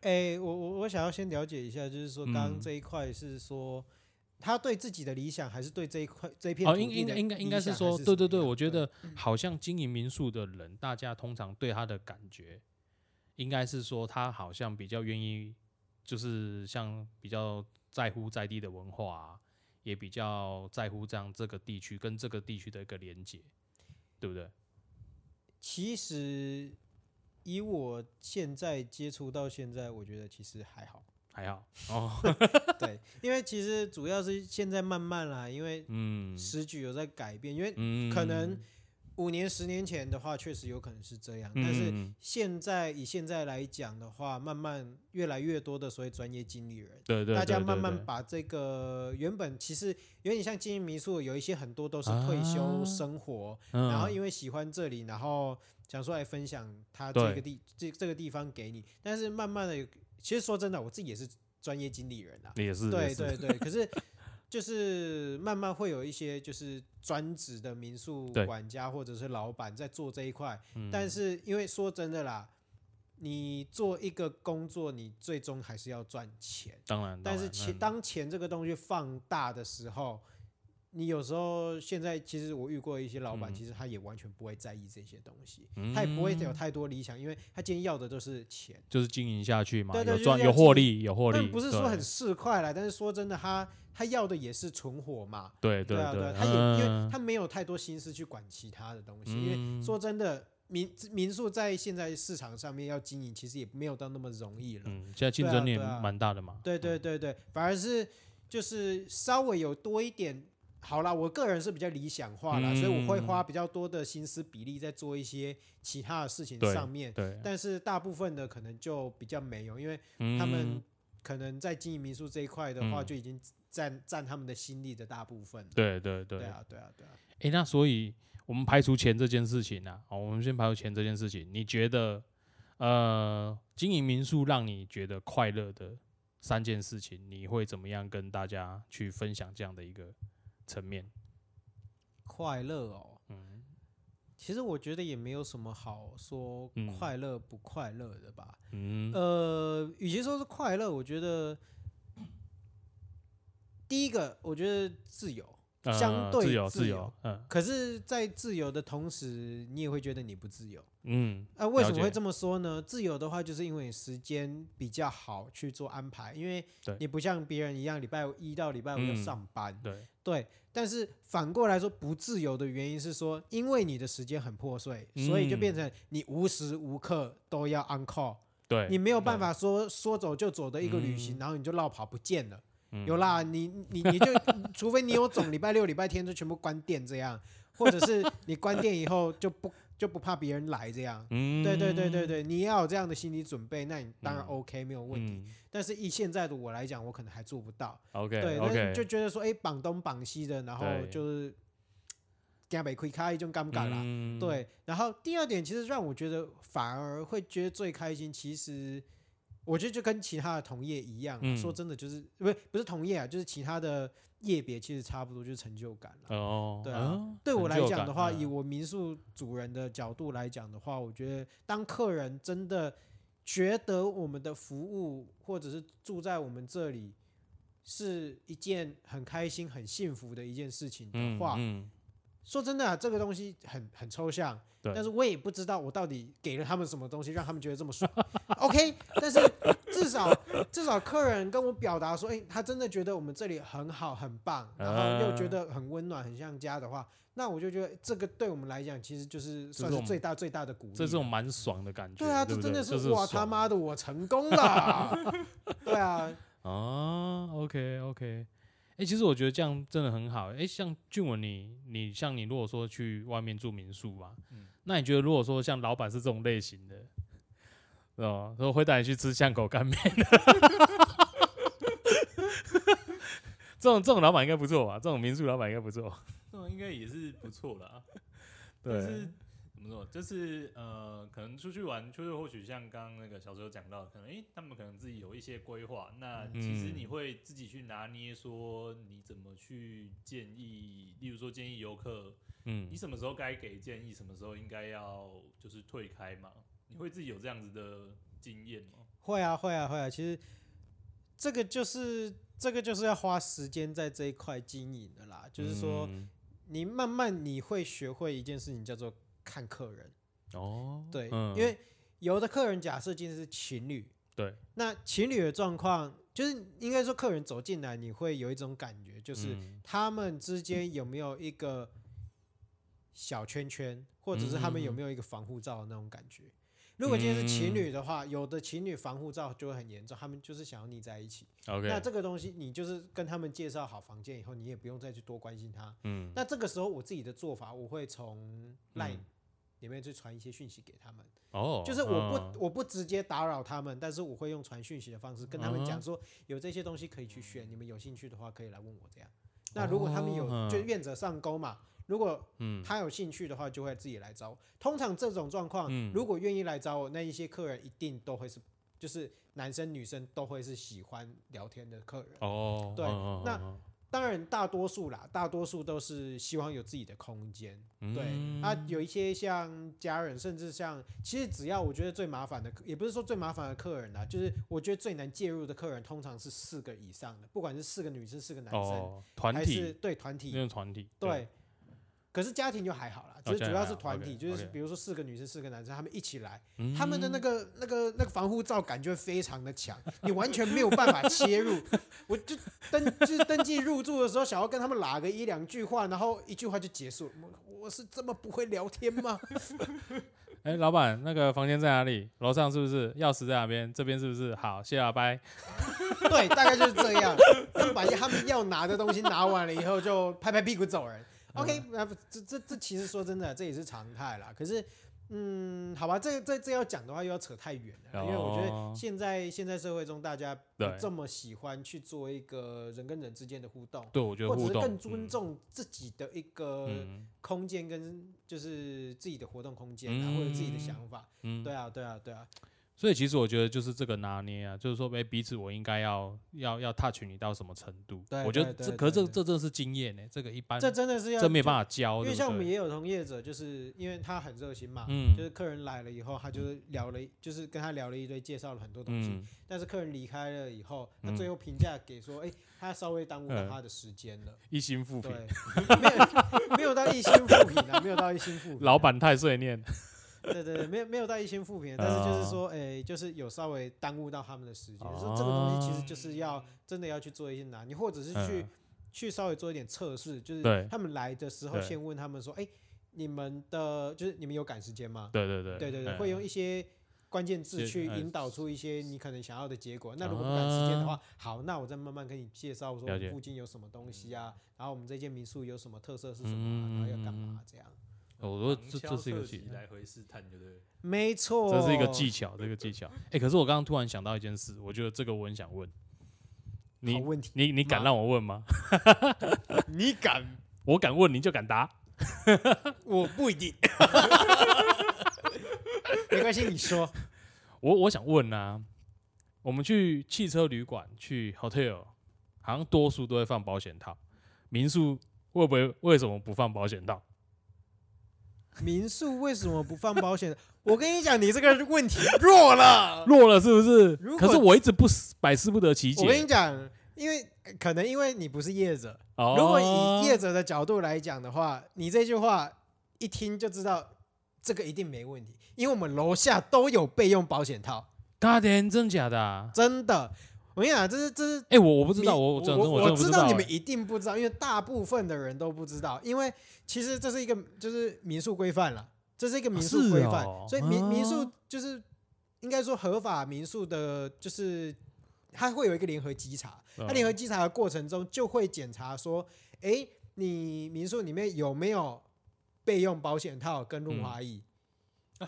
B: 哎、我我我想要先了解一下，就是说刚刚
A: 嗯
B: 这一块是说。他对自己的理想，还是对这一块这一片
A: 哦，
B: 土
A: 应
B: 地
A: 应
B: 的
A: 该应该应该
B: 理
A: 是
B: 想
A: 说，
B: 还
A: 对
B: 什么
A: 对对，
B: 样嗯
A: 我觉得好像经营民宿的人，大家通常对他的感觉，应该是说他好像比较愿意，就是像比较在乎在地的文化、啊，也比较在乎这样这个地区跟这个地区的一个连接，对不对？
B: 其实以我现在接触到现在，我觉得其实还好。
A: 还好哦， *laughs*
B: 对，因为其实主要是现在慢慢啦，因为
A: 嗯
B: 时局有在改变，因为
A: 嗯，
B: 可能五年、十年前的话，确实有可能是这样，但是
A: 嗯
B: 现在以现在来讲的话，慢慢越来越多的所谓专业经理人。
A: 对对，
B: 大家
A: 对
B: 慢
A: 对
B: 慢
A: 对
B: 把这个原本其实有点像经营民宿，有一些很多都是退
A: 啊
B: 休生活，
A: 嗯
B: 然后因为喜欢这里，然后想说来分享他这
A: 对
B: 个地这这个地方给你，但是慢慢的有，其实说真的，我自己也是专业经理人啦，
A: 也是也
B: 对
A: 是
B: 对对，可是就是慢慢会有一些就是专职的民
A: *laughs*
B: 宿
A: 对嗯
B: 管家或者是老板在做这一块，但是因为说真的啦，你做一个工作，你最终还是要赚钱。
A: 当然，
B: 但
A: 当
B: 是
A: 然
B: 钱
A: 嗯
B: 当钱这个东西放大的时候，你有时候现在其实我遇过一些老板，
A: 嗯
B: 其实他也完全不会在意这些东西，
A: 嗯
B: 他也不会有太多理想，因为他今天要的都是钱。
A: 就是经营下去嘛，
B: 对对就
A: 有
B: 是
A: 赚
B: 要
A: 有
B: 经
A: 获
B: 营
A: 利有获利，
B: 但不是说
A: 对
B: 很市侩啦，但是说真的，他他要的也是存活嘛，
A: 对
B: 对啊
A: 对，
B: 啊，他也因为
A: 嗯
B: 他没有太多心思去管其他的东西，因
A: 嗯
B: 为说真的，民民宿在现在市场上面要经营，其实也没有到那么容易了。
A: 嗯，现在竞
B: 对啊
A: 争力
B: 对
A: 也
B: 啊
A: 蛮大的嘛。
B: 对对对对，反而是就是稍微有多一点。好啦，我个人是比较理想化啦，所以我会
A: 嗯
B: 花比较多的心思比例在做一些其他的事情
A: 对
B: 上面，
A: 对，嗯
B: 但是大部分的可能就比较没有，因为啊他
A: 他
B: 们可能在经营民宿这一块的话，
A: 嗯
B: 就已经占占他们的心力的大部分了。
A: 对对对。
B: 对
A: 哎，
B: 啊，对啊，对啊。
A: 那所以我们排除钱这件事情啊，好，我们先排除钱这件事情，你觉得呃，经营民宿让你觉得快乐的三件事情，你会怎么样跟大家去分享这样的一个层面？
B: 快乐哦，
A: 嗯
B: 其实我觉得也没有什么好说
A: 嗯
B: 快乐不快乐的吧。
A: 嗯
B: 呃，与其说是快乐，我觉得 *coughs* 第一个，我觉得自由。
A: 呃，
B: 相对
A: 自由
B: 自
A: 自
B: 由
A: 由，嗯
B: 可是，在自由的同时，你也会觉得你不自由。
A: 嗯
B: 啊，为
A: 了
B: 什么会
A: 解
B: 这么说呢？自由的话，就是因为你时间比较好去做安排，因为
A: 对
B: 你不像别人一样礼拜一到礼拜五要
A: 嗯
B: 上班。
A: 对，
B: 对，但是反过来说，不自由的原因是说，因为你的时间很破碎，所以就变
A: 嗯
B: 成你无时无刻都要 on call，
A: 对
B: 你没有办
A: 对
B: 法说说走就走的一个旅行，然后你就绕跑不见了。
A: 嗯
B: 有啦，你你你就除非你有种，礼拜六、礼拜天就全部关店这样，或者是你关店以后就不就不怕别人来这样。
A: 嗯，
B: 对对对对对，你要有这样的心理准备，那你当然
A: 嗯
B: OK 没有问题。
A: 嗯
B: 但是以现在的我来讲，我可能还做不到。
A: ，OK
B: 对，但
A: OK，
B: 是就觉得说，哎、绑东绑西的，然后
A: 对
B: 就是加北亏开一种尴尬啦。
A: 嗯，
B: 对，然后第二点，其实让我觉得反而会觉得最开心，其实我觉得就跟其他的同业一样啊、
A: 嗯
B: 说真的，就是不是不是同业啊，就是其他的业别其实差不多，就是成就感了。
A: 哦，
B: 对啊
A: 啊
B: 对我
A: 成
B: 来
A: 就
B: 讲
A: 感
B: 的话，
A: 嗯
B: 以我民宿主人的角度来讲的话，我觉得当客人真的觉得我们的服务或者是住在我们这里是一件很开心、很幸福的一件事情的话，
A: 嗯
B: 说真的、啊，这个东西很很抽象，
A: 对
B: 但是我也不知道我到底给了他们什么东西，让他们觉得这么爽。OK，但 *laughs* 是至少至少客人跟我表达说，哎、他真的觉得我们这里很好很棒，然后
A: 啊
B: 又觉得很温暖很像家的话，那我就觉得这个对我们来讲其实就是
A: 这
B: 算
A: 种
B: 是最大最大的鼓励。
A: 这种蛮爽的感觉。
B: 对啊，
A: 对
B: 这
A: 不
B: 真的
A: 对就是
B: 哇他
A: 爽
B: 妈的，我成
A: *laughs*
B: 功了。对啊，
A: 啊，OK OK，哎、其实我觉得这样真的很好。哎、像俊文你，你像你如果说去外面住民宿嘛，
C: 嗯
A: 那你觉得如果说像老板是这种类型的，哦，说会带你去吃巷口干面的 *laughs* 这种这种老板应该不错吧？这种民宿老板应该不错。
C: 这种应该也是不错啦。
A: *laughs*
C: 但
A: 对
C: 是，怎么说？就是呃，可能出去玩，就是或许像刚刚那个小时候讲到，可能诶、他们可能自己有一些规划。那其实
A: 嗯
C: 你会自己去拿捏，说你怎么去建议，例如说建议游客，
A: 嗯
C: 你，什么时候该给建议，什么时候应该要就是退开嘛？你会自己有这样子的经验吗？
B: 会啊，会啊，会啊。其实这个就是这个就是要花时间在这一块经营的啦。就是说，
A: 嗯
B: 你慢慢你会学会一件事情，叫做看客人。
A: 哦，
B: 对，
A: 嗯
B: 因为有的客人假设今天是情侣，
A: 对，
B: 那情侣的状况就是应该说客人走进来，你会有一种感觉，就是
A: 嗯
B: 他们之间有没有一个小圈圈，或者是他们
A: 嗯
B: 有没有一个防护罩的那种感觉。如果今天是情侣的话，有的情侣防护罩就会很严重，他们就是想要腻在一起。那
A: OK，
B: 这个东西，你就是跟他们介绍好房间以后，你也不用再去多关心他。
A: 嗯，
B: 那这个时候，我自己的做法，我会从 Line
A: 嗯
B: 里面去传一些讯息给他们，
A: 哦，
B: 就是我不、
A: 嗯
B: 我不直接打扰他们，但是我会用传讯息的方式跟他们
A: 嗯哼
B: 讲说，有这些东西可以去选，你们有兴趣的话可以来问我这样。那如果他们有，
A: 哦
B: 就愿者上钩嘛。如果
A: 嗯
B: 他有兴趣的话，就会自己来找我。通常这种状况，
A: 嗯
B: 如果愿意来找我，那一些客人一定都会是，就是男生女生都会是喜欢聊天的客人。
A: 哦，
B: 对
A: 嗯
B: 那
A: 嗯
B: 当然，大多数啦，大多数都是希望有自己的空间。
A: 嗯
B: 对，啊，有一些像家人，甚至像，其实只要我觉得最麻烦的，也不是说最麻烦的客人啦，就是我觉得最难介入的客人，通常是四个以上的，不管是四个女生、四个男生，
A: 哦，团
B: 还是
A: 体
B: 对团体
A: 那，种团体，
B: 对。可是家庭就还好啦，只是
A: 哦家
B: 主
A: 庭
B: 要
A: 还
B: 是
A: 好
B: 团
A: ，OK，
B: 体，就是
A: OK
B: 比如说四个女生、四个男生，他们一起来，他们的那个、那个、那个防护罩感觉非常的强， *laughs* 你完全没有办法切入。 *laughs* 我就登就是登记入住的时候，想要跟他们拉个一两句话，然后一句话就结束。我我是这么不会聊天吗？ *laughs*
A: 哎、老板，那个房间在哪里？楼上是不是？钥匙在哪边？这边是不是？好，谢啦，拜。
B: 对，大概就是这样。他们把他们要拿的东西拿完了以后，就拍拍屁股走人。OK，那不这这这其实说真的，这也是常态啦。可是，嗯，好吧，这这这要讲的话又要扯太远了啦，因为我觉
A: 哦
B: 得现在现在社会中大家不
A: 对
B: 这么喜欢去做一个人跟人之间的互动，
A: 对，我觉得
B: 或者
A: 互
B: 是
A: 动
B: 更尊重自己的一个
A: 嗯
B: 空间跟就是自己的活动空间啊，或者自己的想法。
A: 嗯
B: 对啊，对啊，对啊，
A: 所以其实我觉得就是这个拿捏啊，就是说，哎、彼此我应该要要要 touch 你到什么程度？
B: 对
A: 我觉得
B: 对
A: 这
B: 对
A: 可是这
B: 对
A: 这真的是经验呢、这个一般
B: 这真的是要
A: 真没
B: 啊就
A: 办法教，
B: 因为
A: 对不
B: 像我们
A: 对
B: 也有从业者，就是因为他很热心嘛，
A: 嗯
B: 就是客人来了以后，他就是聊了一，就是跟他聊了一堆，介绍了很多东西。
A: 嗯
B: 但是客人离开了以后，他
A: 嗯
B: 最后评价给说，哎、他稍微耽误
A: 嗯
B: 了他的时间了。
A: 一心扶贫，
B: 对， *laughs* 没有没有到一心复评啊，没有到一心复评啊。
A: 老板太碎念，
B: 对对对，没有没有到一心复评啊，但是就是
A: 哦
B: 说，哎、就是有稍微耽误到他们的时间。说这个东西其实就是要
C: 嗯
B: 真的要去做一些拿捏，或者是去、
A: 哦嗯
B: 去稍微做一点测试，就是
A: 对
B: 他们来的时候
A: 对
B: 先问他们说，哎、你们的就是你们有赶时间吗？
A: 对对对
B: 对对对，
A: 嗯
B: 会用一些关键字
A: 是
B: 去
A: 呃
B: 引导出一些你可能想要的结
A: 啊
B: 果。那如果不赶时间的话，好，那我再慢慢跟你介绍说
A: 了
B: 我
A: 解嗯
B: 们附近有什么东西啊，然后我们这间民宿有什么特色是什么、啊，然后要干嘛这样。
A: 哦我说
C: 旁
A: 这
C: 敲
A: 这是一个
C: 侧
A: 技
C: 击
A: 能
C: 来回试探，对不对？
B: 没错，
A: 这是一个技巧，这个技巧。哎、可是我刚刚突然想到一件事，我觉得这个我很想问
B: 好
A: 你，
B: 问题，
A: 你你敢
B: 吗
A: 让我问吗？ *laughs*
B: 你敢？
A: 我敢问，你就敢答。
B: 我不一定。 *laughs* 没关系，你说。
A: 我我想问啊，我们去汽车旅馆、去 hotel，好像多数都会放保险套，民宿会不会为什么不放保险套？
B: 民宿为什么不放保险？我跟你讲，你这个问题弱了。
A: 弱了是不是
B: 如？果
A: 可是我一直不思百思不得其
B: 我跟你
A: 解。
B: 讲，因为可能因为你不是业者，
A: 哦，
B: 如果以业者的角度来讲的话，你这句话一听就知道这个一定没问题，因为我们楼下都有备用保险套，
A: 大点真假的、啊？
B: 真的。我跟你讲，这是这是
A: 哎、我我不知道，
B: 你
A: 我
B: 我
A: 讲真，
B: 我
A: 真的不
B: 知欸
A: 道、
B: 你
A: 哎
B: 们一定不知道，因为大部分的人都不知道，因为其实这是一个就是民宿规范了，这是一个民
A: 是
B: 宿规范，
A: 哦
B: 所以民、民
A: 啊
B: 宿就是应该说合法民宿的，就是它会有一个联合稽查，
A: 嗯
B: 那联合稽查的过程中就会检查说，哎，你民宿里面有没有备用保险套跟润滑液？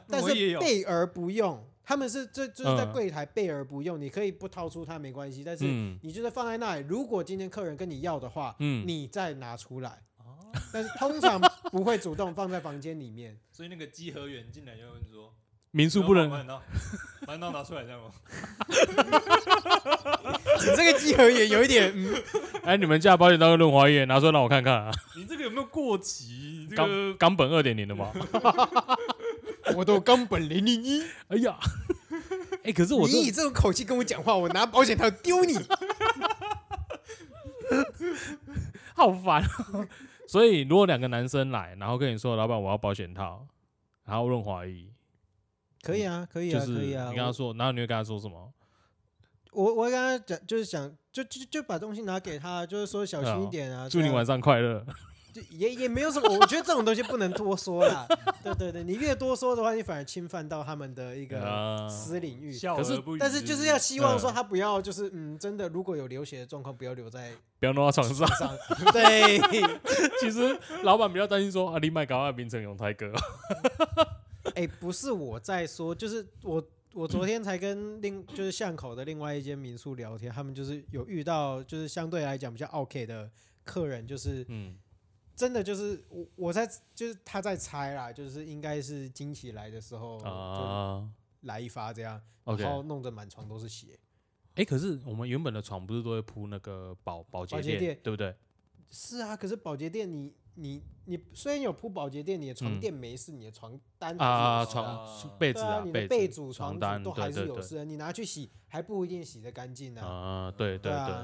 B: 但
C: 嗯我
B: 是
C: 也有
B: 备而不用，他们是这就是在
A: 嗯
B: 柜台备而不用，你可以不掏出它没关系，但是
A: 嗯
B: 你就是放在那里。如果今天客人跟你要的话，
A: 嗯，
B: 你再拿出来，
C: 哦，
B: 但是通常不会主动放在房间里面。
C: 所以那个稽核员进来就会问说，
A: 民宿不
C: 把
A: 能，
C: *laughs* 你刀，把你刀拿出来这样吗？
B: 你这个集合也有一点，嗯，
A: 哎、你们家保险刀跟润滑液拿出来让我看看啊，
C: 你这个有没有过期？你这
A: 冈
C: 个
A: 冈本二点零的
C: *laughs*
A: 吗？
B: 我都冈本零零一，
A: 哎呀，哎、可是我
B: 你以
A: 真
B: 这种口气跟我讲话，我拿保险套丢你。
A: 好烦、哦 *laughs* 所以如果两个男生来，然后跟你说，老板我要保险套，然后润滑液，
B: 可以啊，可以
A: 就
B: 啊，
A: 是
B: 可
A: 你
B: 以啊。
A: 跟他说，然后你会跟他说什么？
B: 我我我跟他讲，就是想就就就把东西拿给他，就是说小心一点啊。
A: 嗯祝你
B: 这样
A: 晚上快乐。
B: 就也也没有什么，我觉得这种东西不能多
A: *laughs*
B: 说啦。对对对，你越多说的话，你反而侵犯到他们的一个
A: *laughs* 啊
B: 私领域。
C: 笑
A: 可是
C: 而不语，
B: 但是就是要希望说
A: 嗯
B: 他不要就是嗯，真的如果有流血的状况，不要留在
A: 不要弄到床上。 *laughs*
B: 上。对， *laughs*
A: 其实老板比较担心说，啊，你买搞啊，变成永泰哥。
B: 哎，不是我在说，就是我我昨天才跟另就是巷口的另外一间民宿聊天，他们就是有遇到就是相对来讲比较 OK 的客人，就是
A: 嗯，
B: 真的就是我我在就是他在猜啦，就是应该是惊喜来的时候就
A: 啊
B: 来一发这样。
A: ，OK。
B: 然后
A: 哎、
B: 弄得满床都是血，
A: 可是我们原本的床不是都会铺那个保保洁
B: 保洁
A: 垫
B: 垫，
A: 对不对？
B: 是啊，可是保洁店你你你虽然有铺保洁店，你的床
A: 嗯
B: 垫没事，你的床单
A: 啊，
B: 还嗯是有事的
A: 床
C: 啊
A: 是被子
B: 对啊，你的
A: 被
B: 被
A: 子
B: 褥、
A: 床
B: 床
A: 单，
B: 单都
A: 对
B: 还
A: 对
B: 是有事
A: 对，
B: 的，你拿去洗还不一定洗得干净呢。
A: 啊，对对
B: 啊
A: 对，，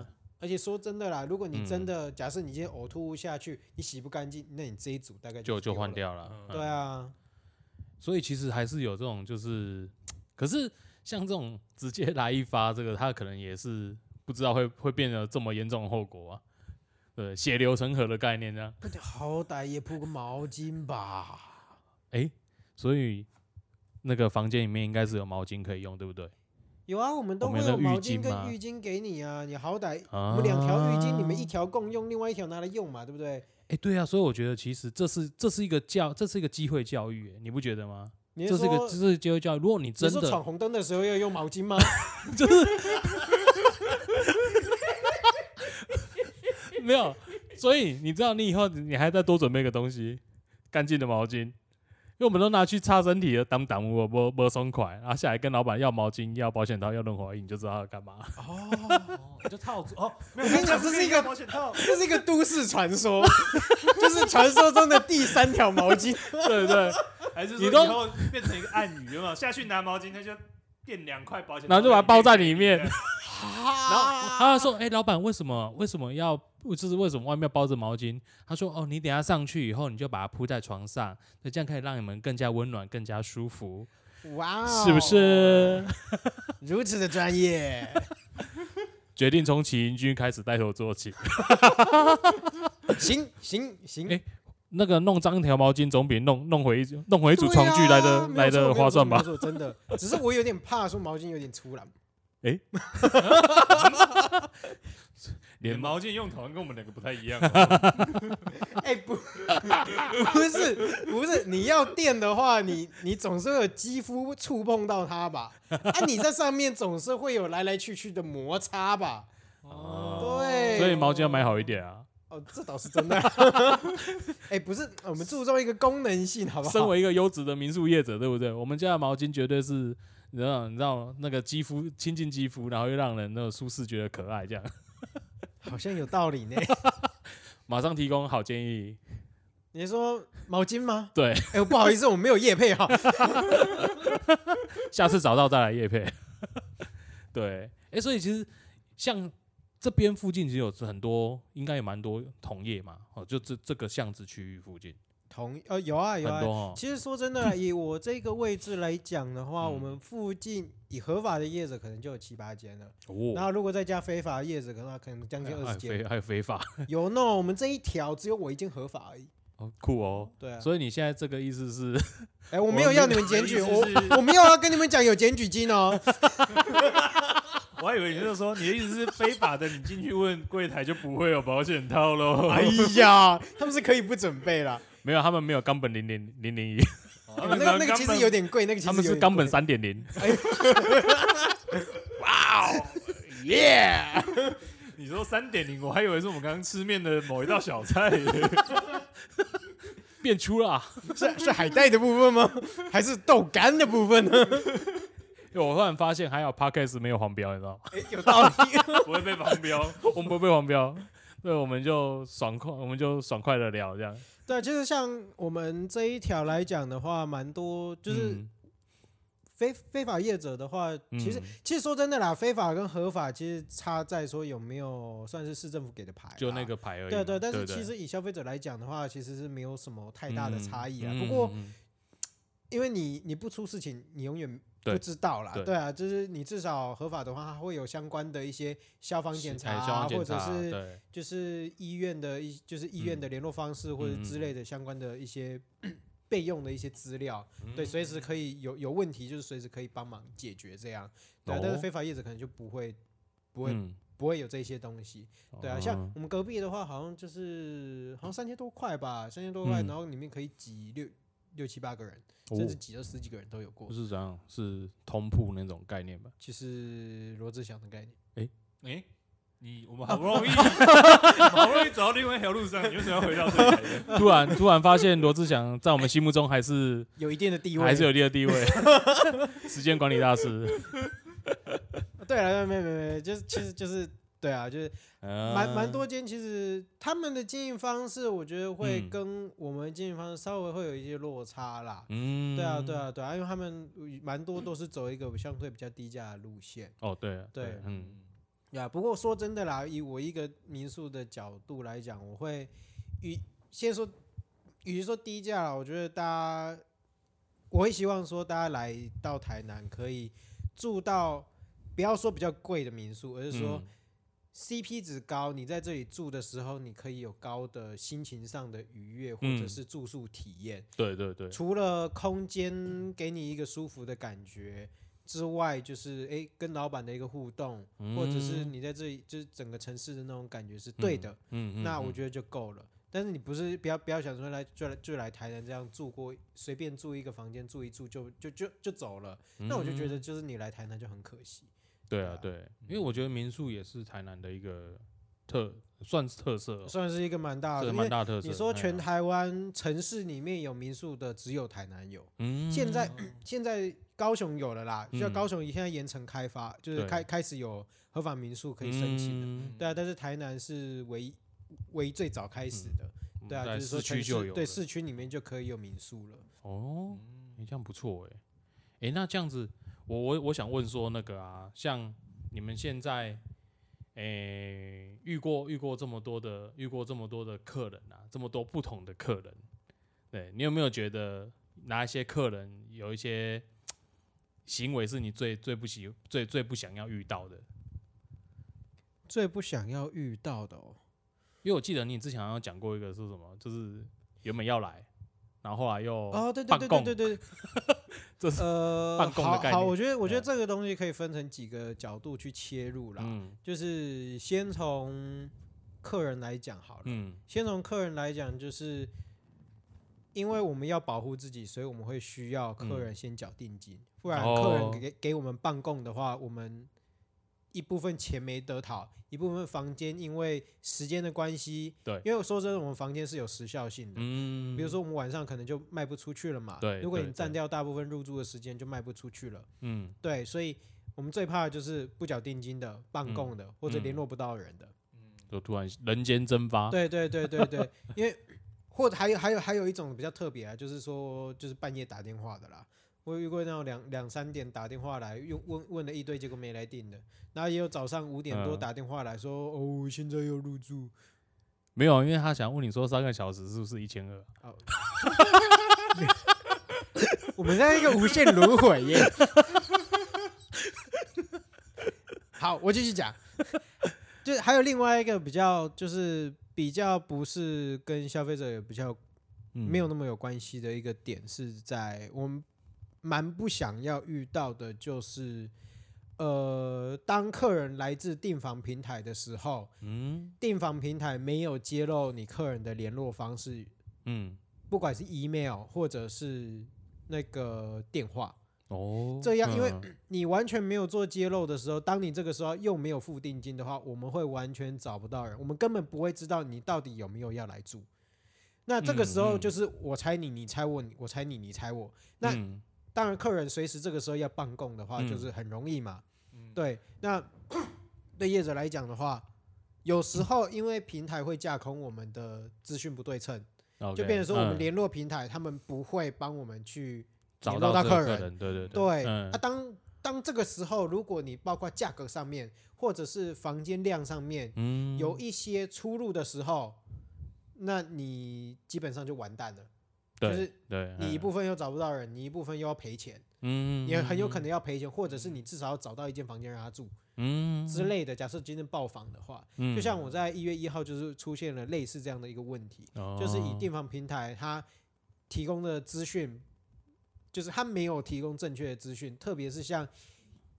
B: 而且说真的啦，如果你
A: 嗯
B: 真的假设你今天呕吐物下去，你洗不干净，那你这一组大概
A: 就就
B: 丢
A: 换
B: 了。
A: 掉了。
C: 嗯
B: 对啊，
A: 所以其实还是有这种，就是，可是像这种直接来一发，这个他可能也是不知道会会变得这么严重的后果啊，对，血流成河的概念这样。
B: 那你好歹也铺个毛巾吧。
A: 哎、所以那个房间里面应该是有毛巾可以用，对不对？
B: 有啊，我们都
A: 我
B: 会
A: 们
B: 有
A: 有那
B: 毛
A: 浴
B: 巾
A: 巾
B: 跟
A: 吗
B: 浴巾给你啊，你好歹
A: 啊，
B: 我们两条浴巾，你们一条共用，另外一条拿来用嘛，对不对？
A: 哎、对啊，所以我觉得其实这是这是一个教，这是一个机会教育、哎你不觉得吗？
B: 你
A: 这是一个
B: 说
A: 这是机会教育。如果你
B: 你
A: 真
B: 说
A: 的
B: 闯红灯的时候要用毛巾吗？
A: 没有，所以你知道，你以后你还再多准备一个东西，干净的毛巾，因为我们都拿去擦身体了，挡挡我不不松快，然后下来跟老板要毛巾、要保险套、要润滑液，你就知道他要
B: *laughs*
A: 干嘛。
B: 哦，
C: 哦 *laughs* 你就套住哦。没
B: 我跟你讲这是一个
C: 保险套，
B: 这是一个都市传说， *laughs* 就是传说中的第三条毛
A: *laughs*
B: 巾。
A: 对不对？
C: 还是
A: 你
C: 说
A: 都
C: 以后变成一个暗语，有没有？下去拿毛巾，他就垫两块保险套，
A: 然后就把它包在里面
C: 对。
A: 然后他
B: 啊，
A: 说：“哎、老板，为什么为什么要就是为什么外面包着毛巾？”他说：“哦，你等一下上去以后，你就把它铺在床上，那这样可以让你们更加温暖、更加舒服，
B: 哇哦，
A: 是不是？”
B: *laughs* 如此的专业？
A: 决定从起因君开始带头做起。
B: 行行行
A: 哎，那个弄脏一条毛巾总比弄弄回一弄回一组
B: 对
A: 床具来的、
B: 啊
A: 来的划算？吧
B: 没？有错没有错没有错真的，只是我有点怕说毛巾有点粗了。
C: 你的
A: *laughs* 连
C: 毛巾用途跟我们两个不太一样哦。
B: *laughs* 哎，不，不是不是，你要垫的话，你你总是会有肌肤触碰到它吧？啊，你在上面总是会有来来去去的摩擦吧？
A: 哦
B: 对
A: 所以毛巾要买好一点啊。
B: 哦，这倒是
A: *laughs*
B: 真的。哎、不是，我们注重一个功能性，好不好？
A: 身为一个优质的民宿业者，对不对？我们家的毛巾绝对是，你知道，你知道那个肌肤亲近肌肤，然后又让人那个舒适，觉得可爱，这样 *laughs*
B: 好像有道理呢。
A: 马上提供好建议。
B: 你说毛巾吗？
A: 对，
B: 哎、我不好意思，我没有叶
A: *laughs*
B: 配哈。
A: *laughs* 下次找到再来夜配。对，哎、所以其实像这边附近其实有很多，应该也蛮多同业嘛，哦，就这这个巷子区域附近
B: 同呃有啊
A: 很
B: 有啊
A: 多。哦，
B: 其实说
A: *laughs*
B: 真的啦，以我这个位置来讲的话，
A: 嗯
B: 我们附近以合法的业者可能就有七八间了，然
A: 哦，
B: 后如果再加非法的业者，可能可能将近二
A: 还有
B: 十
A: 非
B: 间。
A: 还有哎非法， *laughs*
B: *laughs* 有 no，我们这一条只有我一间合法而已。
A: 哦，酷哦。
B: 对啊，
A: 所以你现在这个意思是，
B: 哎，我没有要你们检举，
C: 我
B: 我
C: 的意思是
B: 我没有要跟你们讲有检举金
A: *laughs*
B: 哦。
C: 我还以为你是说你的意思是非法的，你进去问柜台就不会有保险套
B: *laughs*
C: 喽。
B: 哎呀， *laughs* 他们是可以不准备啦。
A: *laughs*
B: 哎
A: 没有，他们没有冈本零零零零一，
C: 哦
B: 那个那个其实有点贵，那个 *laughs* 哎其实
A: 他们
B: 有
A: 是
B: 点
A: 冈本
B: 贵
A: 三点
B: *laughs*
A: 零，哦 *laughs*
C: 耶！你说三点零，我还以为是我们刚刚吃面的某一道小
B: *laughs*
C: 菜。
A: 变粗了、啊。
B: 是是海带的部分吗？ *laughs* 还是豆干的
A: *laughs*
B: 部分呢？
A: 因为我突然发现，还有 podcast 没有黄标，你知道吗？
B: *laughs* 哎，有道理。
C: 不会被黄
A: *laughs*
C: 标。
A: 我们不被黄标，对，我们就爽快，我们就爽快的聊这样。
B: 对，啊其实像我们这一条来讲的话，蛮多就是
A: 嗯
B: 非非法业者的话，其实
A: 嗯
B: 其实说真的啦，非法跟合法其实差在说有没有算是市政府给的牌啦，
A: 就那个牌而已嘛。
B: 对
A: 对
B: 对，但
A: 不
B: 是
A: 对
B: 其实以消费者来讲的话，其实是没有什么太大的差异啊。
A: 嗯
B: 不过
A: 嗯嗯
B: 因为你你不出事情，你永远
A: 对
B: 不知道啦
A: 对。
B: 对啊，就是你至少合法的话，它会有相关的一些消防检查
A: 哎消防
B: 啊，
A: 检
B: 或者
A: 查
B: 是
A: 对嗯
B: 就是医院的一就是医院的联络方式或者之类的相关的一些 *clears throat* 备用的一些资料，
A: 嗯
B: 对，随时可以有有问题就是随时可以帮忙解决这样，对啊、但是
A: 哦
B: 非法业者可能就不会不会、
A: 嗯
B: 不会有这些东西，对啊，像
A: 哦
B: 我们隔壁的话好像就是好像三千多块吧，三千多块，
A: 嗯
B: 然后里面可以挤六六七八个人，
A: 哦
B: 甚至挤到十几个人都有过
A: 不，是这样，是通铺那种概念吧？ *laughs*
B: 就是罗志祥的概念。
C: 哎、你我
A: *laughs*
C: 们好不容易，好不容易走到另外一条路上，你为什么要回到这里来？
A: 突然突然发现罗志祥在我们心目中还是
B: 有一定的地位，
A: 还是有第二地
B: *laughs*
A: 位，时间管理大师，
B: 对了，没有没有没有，就是其实就是对啊，就是蛮
A: 蛮
B: *laughs* 蛮多间，其实他们的经营方式，我觉得会
A: 嗯
B: 跟我们经营方式稍微会有一些落差啦。
A: 嗯
B: 对啊，对。啊，对啊，因为他们蛮多都是走一个相对比较低价的路线，
A: 哦，对啊
B: 对
A: 嗯，
B: 对啊。不过说真的啦，以我一个民宿的角度来讲，我会与先说，与其说低价啦，我觉得大家，我会希望说大家来到台南可以住到不要说比较贵的民宿，而是说、
A: 嗯
B: CP 值高，你在这里住的时候，你可以有高的心情上的愉悦，或
A: 嗯
B: 者是住宿体验。
A: 对对对，
B: 除了空间给你一个舒服的感觉之外，就是诶跟老板的一个互动，或者是你在这里就是整个城市的那种感觉是对的，
A: 嗯嗯，
B: 那我
A: 嗯
B: 觉得就够了。但是你不是不要不要想说来就来就来台南这样住过，随便住一个房间住一住就就就就走了，
A: 嗯
B: 那我就觉得就是你来台南就很可惜。
A: 对啊
B: 对
A: 对，因为我觉得民宿也是台南的一个特，算是特色哦，
B: 算是一个蛮大的，
A: 这
B: 啊因
A: 蛮
B: 为
A: 大特色。
B: 你说
A: 哎
B: 全
A: 呀，
B: 台湾城市里面有民宿的，只有台南有。
A: 嗯
B: 现在 *clears throat* 现在高雄有了啦，像
A: 嗯
B: 高雄现在严惩开发，就是
A: 对
B: 开开始有合法民宿可以申请的。
A: 嗯
B: 对啊，但是台南是唯一唯一最早开始的。
A: 我
B: 对啊，
A: 们嗯在
B: 就是说
A: 市
B: 城
A: 区就
B: 市
A: 有
B: 对
A: 了
B: 市区里面就可以有民宿了。
A: 哦，你这样不错哎、哎、那这样子，我我我想问说那个啊，像你们现在，哎、遇过遇过这么多的遇过这么多的客人啊，这么多不同的客人，对你有没有觉得哪一些客人有一些行为是你最最不喜最最不想要遇到的？
B: 最不想要遇到的哦，
A: 因为我记得你之前好像讲过一个是什么，就是原本要来，然后后来又
B: 哦，对对
A: 办
B: 对
A: 公
B: 对对对，
A: *laughs* 这是
B: 呃，
A: 办公的
B: 好
A: 概
B: 好，
A: 念
B: 我觉得我觉得
A: 嗯
B: 这个东西可以分成几个角度去切入啦。
A: 嗯
B: 就是先从客人来讲好了，
A: 嗯
B: 先从客人来讲，就是因为我们要保护自己，所以我们会需要客人先缴定金，不然
A: 嗯哦
B: 客人给给我们办供的话，我们一部分钱没得讨，一部分房间因为时间的关系，
A: 对
B: 因为说真的，我们房间是有时效性的。
A: 嗯，
B: 比如说，我们晚上可能就卖不出去了嘛。
A: 对
B: 如果
A: 对
B: 你占
A: 对
B: 掉大部分入住的时间，就卖不出去了。
A: 嗯。
B: 对，所以我们最怕的就是不缴定金的、办
A: 嗯
B: 供的，或者联
A: 嗯
B: 络不到人的。
A: 就突然人间蒸发。
B: 对对对对对，因为或者还有还有还有一种比较特别啊，就是说就是半夜打电话的啦。我有遇过那种两两三点打电话来，又问问了一堆，结果没来订的。然后也有早上五点多
A: 嗯
B: 打电话来说，哦，现在要入住，
A: 没有，因为他想问你说三个小时是不是一千二？
B: 哦，我们在一个无限轮回耶。好，我继续讲，就是还有另外一个比较，就是比较不是跟消费者也比较
A: 嗯
B: 没有那么有关系的一个点，是在我们蛮不想要遇到的，就是呃，当客人来自订房平台的时候，
A: 嗯
B: 订房平台没有揭露你客人的联络方式
A: 嗯
B: 不管是 email 或者是那个电话，
A: 哦，
B: 这样因为
A: 嗯
B: 你完全没有做揭露的时候，当你这个时候又没有付定金的话，我们会完全找不到人，我们根本不会知道你到底有没有要来住。那这个时候
A: 嗯嗯
B: 就是我猜你，你猜我，我猜你，你猜我。 *clears throat* 那
A: 嗯
B: 当然，客人随时这个时候要办供的话，
A: 嗯
B: 就是很容易嘛。
C: 嗯，
B: 对，那 *coughs* 对业者来讲的话，有时候因为平台会架空我们的资讯不对称，就
A: OK，
B: 变成说我
A: 嗯
B: 们联络平台，他们不会帮我们去
A: 找
B: 联
A: 到
B: 络到
A: 这个
B: 客
A: 人，
B: 人。
A: 对对
B: 对，
A: 嗯
B: 啊，当当这个时候，如果你包括价格上面，或者是房间量上面
A: 嗯
B: 啊有一些出入的时候，那你基本上就完蛋了。就
A: 对
B: 是
A: 对，
B: 你一
A: 嗯
B: 部分又找不到人，你一部分又要赔钱，
A: 嗯
B: 你很有可能要赔钱，或者是你至少要找到一间房间让他住
A: 嗯
B: 之类的。假设今天爆房的话，
A: 嗯
B: 就像我在一月一号就是出现了类似这样的一个问题。就是以
A: 哦 *laughs*
B: 订房平台它提供的资讯，就是它没有提供正确的资讯，特别是像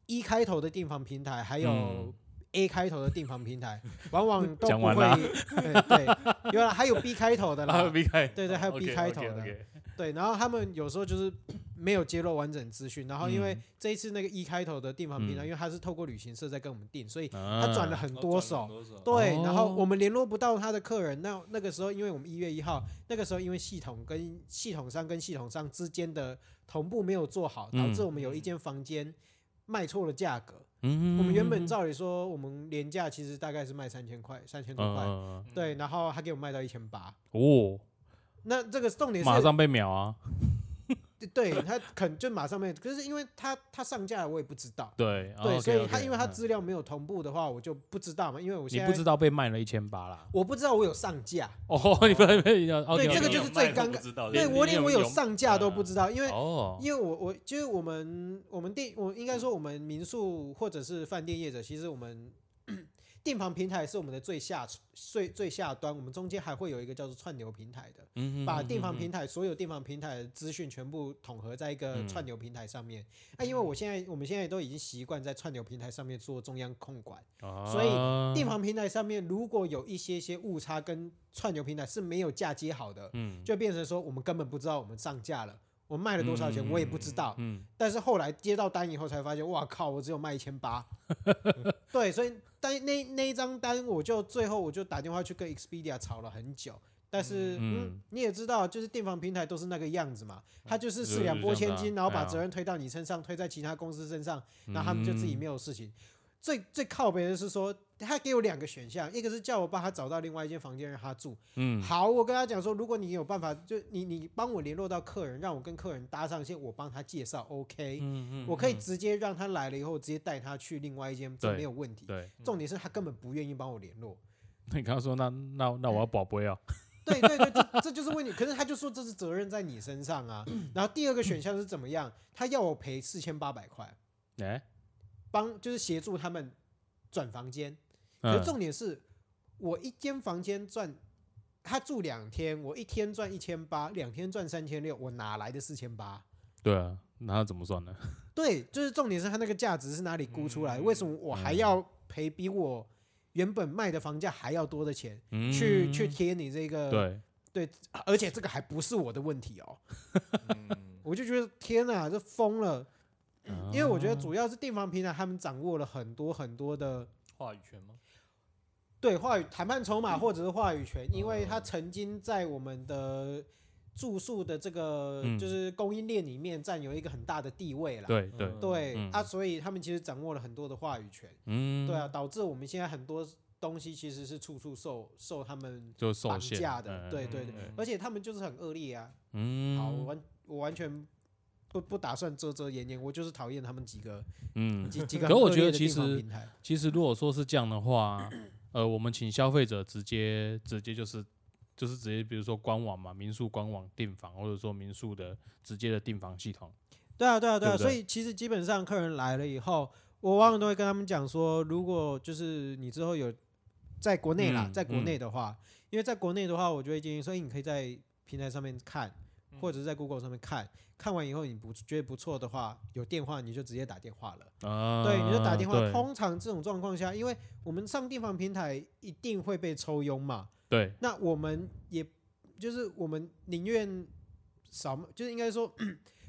B: 一开头的订房平台，还有
A: 嗯
B: A 开头的订房平台，往往都
A: 讲
B: 不
A: 完
B: 会
A: 啦，
B: 对对，原来还有 B 开头的
A: *laughs* 啊
B: 啦，
A: ，B 开，
B: 对对还有 B 开头的对，然后他们有时候就是 *coughs* 没有揭露完整资讯，然后因为
A: 嗯
B: 这一次那个一开头的订房平台，
A: 嗯
B: 因为它是透过旅行社在跟我们订，所以
A: 他
B: 它转了很
C: 哦
B: 多
C: 转
B: 手
C: 了很，多手，
B: 对，然后
A: 哦
B: 我们联络不到他的客人，那那个时候，因为我们一月一号，那个时候因为系统跟系统商跟系统商之间的同步没有做好，导致
A: 嗯
B: 我们有一间房间卖错了价格。
A: 嗯，
B: 我们原本照理说，我们廉价其实大概是卖三千块，三
A: 嗯
B: 千多块，
A: 嗯嗯
B: 对，然后他给我卖到一千八。
A: 哦，
B: 那这个重点
A: 马
B: 是，
A: 上被秒啊，
B: 对他肯就马上卖，可是因为他他上架了，我也不知道。
A: 对
B: 对，
A: OK，
B: 所以
A: OK，
B: 他因为他
A: 嗯
B: 资料没有同步的话，我就不知道嘛，因为我
A: 你
B: 现
A: 不知
B: 在
A: 道被卖了一千八啦，
B: 我不知道我有上架，
A: 哦， *laughs* 你不要被要
B: 对
A: OK，
B: 这个
A: OK，
B: 就是
C: 连
B: 最
C: 卖都
B: 尴
C: 不
B: 尬
C: 知道
B: 对我连我有
C: 有
B: 上架都不
C: 嗯
B: 知道，因为
A: 哦，
B: 因为我我就是我们我们订我应该说我们民宿或者是饭店业者，其实我们订房平台是我们的最下最最下端，我们中间还会有一个叫做串流平台的，
A: 嗯
B: 把订房平台所有订房平台的资讯全部统合在一个
A: 嗯
B: 串流平台上面。那、因为我现在我们现在都已经习惯在串流平台上面做中央控管，
A: 嗯
B: 所以
A: 啊
B: 订房平台上面如果有一些些误差跟串流平台是没有嫁接好的，
A: 嗯
B: 就变成说我们根本不知道我们上架了，我卖了多少钱
A: 嗯
B: 我也不知道。
A: 嗯
B: 但是后来接到单以后才发现，哇靠，我只有卖一千
A: *laughs*
B: 八。对，所以单那那一张单，我就最后我就打电话去跟 Expedia 吵了很久。但是，嗯，
A: 嗯
B: 你也知道，就是订房平台都是那个样子嘛，他就是四两拨
A: 就是这
B: 千
A: 样子啊
B: 斤，然后把
A: 哎呀
B: 责任推到你身上，推在其他公司身上，
A: 嗯
B: 然后他们就自己没有事情。最最靠北的是说，他给我两个选项，一个是叫我帮他找到另外一间房间让他住，
A: 嗯
B: 好，我跟他讲说，如果你有办法，就你你帮我联络到客人，让我跟客人搭上线，我帮他介绍，OK，、
A: 嗯
B: 我可以直接让他来了以后，直接带他去另外一间，这
A: 对
B: 没有问题。
A: 对，嗯
B: 重点是他根本不愿意帮我联络，
A: 那你刚刚说那那那我要宝贝啊，
B: 对对对，这这就是问题。可是他就说这是责任在你身
A: *clears throat*
B: 上啊。然后第二个选项是怎么样？他要我赔四千八百块，
A: 哎，
B: 帮就是协助他们转房间。可是
A: 嗯
B: 重点是我一间房间赚，他住两天，我一天赚一千八，两天赚三千六，我哪来的四千八？
A: 对啊，那他怎么算呢？
B: 对，就是重点是他那个价值是哪里估出
A: 嗯
B: 来的？为什么我还要赔比我原本卖的房价还要多的钱、去去贴你这个？
A: 嗯对，
B: 而且这个还不是我的问题哦，
C: 嗯
B: 我就觉得天哪，这疯了！呃因为我觉得
A: 啊
B: 主要是订房平台他们掌握了很多很多的
C: 话语权吗？
B: 对话语谈判筹
A: 嗯
B: 码或者是话语权，因为他
C: 哦
B: 曾经在我们的住宿的这个
A: 嗯
B: 就是供应链里面占有一个很大的地位啦。
A: 啊对对，
B: 对
A: 嗯
B: 啊，所以他们其实掌握了很多的话语权。
A: 嗯，
B: 对啊，，导致我们现在很多东西其实是处处受受他们，
A: 就受
B: 绑
A: 限
B: 架
A: 嗯
B: 的对
A: 嗯
B: 对
C: 对
B: 而且他们就是很恶劣啊。
A: 嗯，
B: 好，我完我完全不不打算遮遮掩掩，我就是讨厌他们几个
A: 嗯，
B: 几几个
A: 可
B: 很
A: 我
B: 恶
A: 觉
B: 劣
A: 得
B: 的
A: 其
B: 地方
A: 实
B: 平台
A: 其实如果说是这样的话， *clears throat* 呃，我们请消费者直接直接就是就是直接，比如说官网嘛，民宿官网订房，或者说民宿的直接的订房系统。
B: 对啊，对啊，对啊，
A: 对不
B: 所
A: 对
B: 以其实基本上客人来了以后，我往往都会跟他们讲说，如果就是你之后有在国内啦，
A: 嗯
B: 在国内的话，因为在国内的话，我就会建议说，哎你可以在平台上面看，或者
A: 嗯
B: 是在 Google 上面看，看完以后你不觉得不错的话，有电话你就直接打电话了。
A: 啊，
B: 对，你就打电话。
A: 对
B: 通常这种状况下，因为我们上订房平台一定会被抽佣嘛，
A: 对，
B: 那我们也就是我们宁愿少，就是应该说， *clears throat*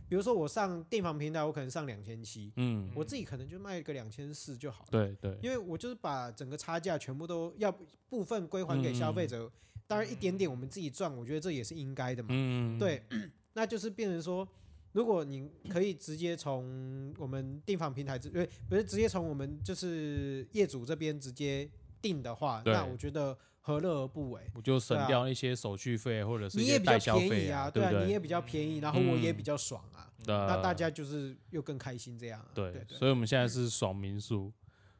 B: 比如说我上订房平台，我可能上两千七，
A: 嗯，
B: 我自己可能就卖个两千四就好了，
A: 对对，
B: 因为我就是把整个差价全部都要部分归还给消费者，当然一点点我们自己赚，我觉得这也是应该的嘛。
A: 嗯，
B: 对， *clears throat* 那就是变成说，如果你可以直接从我们订房平台直，呃，不是直接从我们就是业主这边直接订的话，
A: 对
B: 那我觉得何乐而不为？
A: 我就省
B: 啊
A: 掉一些手续费或者是一
B: 你
A: 些
B: 也比较
A: 代消
B: 便
A: 费啊
B: 宜啊
A: 对
B: 对
A: 不
B: 你
A: 对？
B: 也比较便宜，然后我也
A: 嗯
B: 比较爽啊，
A: 那
B: 那大家就是又更开心这样、啊。对
A: 对，
B: 对
A: 所以我们现在是爽民宿，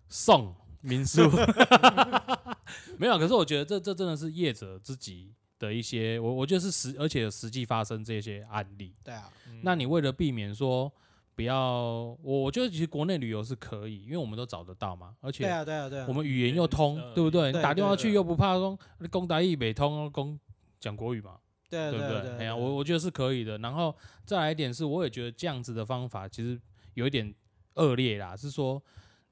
A: 送民
B: *laughs*
A: 宿， *laughs* 没有。可是我觉得这这真的是业者自己的一些，我我觉得是实，而且有实际发生这些案例。
B: 对啊，
C: 嗯
A: 那你为了避免说不要，我我觉得其实国内旅游是可以，因为我们都找得到嘛，而
B: 对
A: 且
B: 啊，对啊，对啊。
A: 我们语言又通，
C: 嗯
A: 对不对？你
B: 对
A: 打电话
C: 对对
A: 去又不怕说公台语北通，公讲国语嘛，
B: 对啊
A: 对
B: 啊
A: 不
B: 对啊？
A: 哎呀，
B: 啊
A: 我我觉得是可以的。然后再来一点是，我也觉得这样子的方法其实有一点恶劣啦，是说，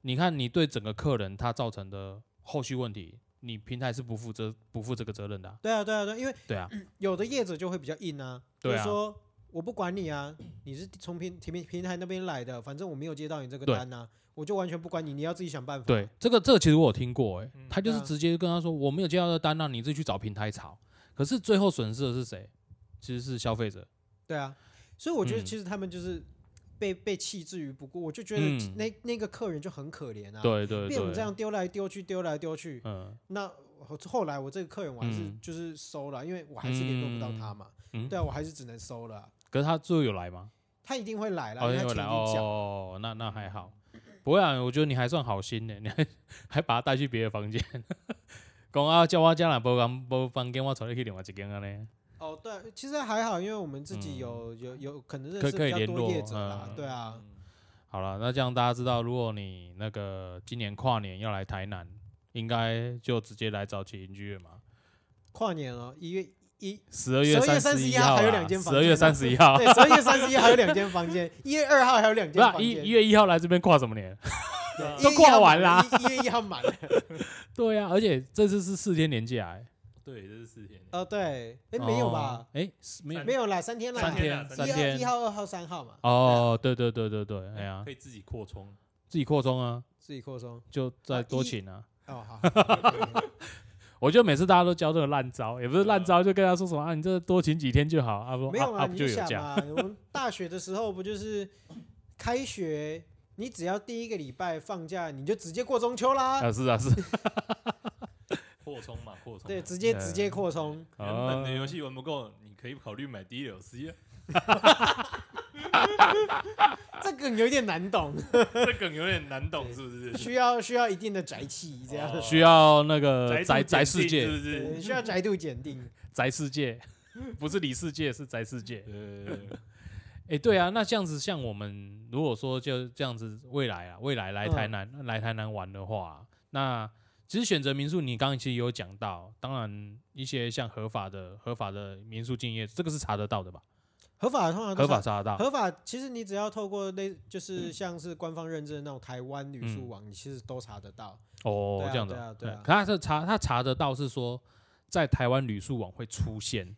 A: 你看你对整个客人他造成的后续问题，你平台是不负责不负这个责任的啊、
B: 对啊，对啊，对啊，因为
A: 对啊，
B: 有的业者就会比较硬啊，
A: 对啊
B: 就是说我不管你啊，你是从平平平台那边来的，反正我没有接到你这个
A: 对
B: 单啊，我就完全不管你，你要自己想办法。
A: 对，这个这个其实我有听过、欸，
C: 嗯
A: 他就是
B: 对啊
A: 直接跟他说我没有接到这单，那你自己去找平台吵。可是最后损失的是谁？其实是消费者。
B: 对啊，所以我觉得
A: 嗯
B: 其实他们就是被、被弃之于不顾，我就觉得
A: 嗯
B: 那、那个客人就很可怜啊，
A: 对对
B: 被我们这
A: 对，
B: 样丢来丢去，丢来丢去。
A: 嗯
B: 那后后来我这个客人我还是
A: 嗯
B: 就是收了啊，因为我还是联络不到他嘛，
A: 嗯，
B: 对啊，我还是只能收了啊、
A: 可是他最后有来吗？
B: 他一定会来了，
A: 哦，
B: 因为
A: 因
B: 他
A: 为
B: 前
A: 来
B: 一讲。
A: 哦，那那还好，不会啊，我觉得你还算好心呢，你还还把他带去别的房间， *laughs* 讲啊叫我家人无房无房间，我找你去另外一间啊呢。
B: 哦，对啊，其实还好，因为我们自己
A: 嗯
B: 有、有有可能认
A: 可
B: 识
A: 可以
B: 比较
A: 联
B: 多
A: 络
B: 业者啦，
A: 嗯
B: 对啊，
A: 好了，那这样大家知道，如果你那个今年跨年要来台南，应该就直接来找起云居了嘛。
B: 跨年了，一月
A: *laughs*
B: 一，
A: 十二月
B: 12月
A: 三一
B: 31
A: 号啦，
B: 还有两间
A: 十
B: 房
A: 二月
B: 间啊
A: 三十一 *laughs* 号，
B: 对，十二月三十一还有两间房间，一月二号还有两
A: 不是
B: 间
A: 啊
B: 房
A: 一一
B: 间，
A: 月一号来这边跨什么年？ *laughs*
C: 啊
B: 对
A: 都
B: 一月
A: 挂
B: 一号
A: 完
B: 满
A: 啦
B: 了，一一月一号满了。
A: 对啊，而且这次是四天年假欸，
C: 对，这是四天，
A: 嗯
B: 哦，对，哎，没有吧？？
A: 哎，是没有
C: 三
B: 没有啦，三天啦，
A: 三天
C: 天
A: 三
B: 一号
A: 天
B: 一号、二号、三号嘛，
A: 哦，对对对对对，哎呀
C: 可，以自己扩充。
A: 自己扩充啊。
B: 自己扩充。
A: 就再
B: 啊
A: 多
B: 一
A: 请啊。
B: 哦，好，好
A: 我觉得每次大家都教这个烂招，也不是烂招，就跟他说什么啊，你这多请几天就好啊，不
B: 没
A: 啊
B: 有
A: 啊
B: 啊，
A: 不
B: 你
A: 就
B: 就
A: 有
B: 想
A: 假？
B: 嘛，我们大学的时候不就是开学，你只要第一个礼拜放假，你就直接过中秋啦，
A: 啊，是啊是，
C: 扩充
B: *laughs*
C: 嘛，扩充。
B: 对，直接
A: 嗯
B: 直接扩充。
C: 原
A: 哦
C: 本的游戏玩不够，你可以考虑买 DLC 啊。
B: 这个有点难懂，
C: 这梗有点难懂，是
B: *laughs*
C: 不是？
B: 需要需要一定的宅气，这样、
C: 哦
A: 需要那个宅
C: 宅
A: 宅世
C: 是不
A: 界，
B: 对
C: 是？
B: 需要宅度检定。
A: 宅世
B: *laughs*
A: 界不是里世界，是宅世界。
C: 呃，
A: 哎，对啊，那这样子，像我们如果说就这样子，未来啊，未来来台南来台南玩的话，那其实选择民宿，你刚刚其实有讲到，当然一些像合法的合法的民宿竞业，这个是查得到的吧？
B: 合法通常都
A: 合
B: 哦是啊
A: 法查得到，
B: 合法，其实你只要透过类就是像是官方认证的那种台湾旅
A: 嗯
B: 宿网，你其实都查得到。
A: 哦
B: 对，啊
A: 这样子
B: 对
A: 哦，
B: 啊对啊
A: 可他是查他查得到是说，在台湾旅宿网会出现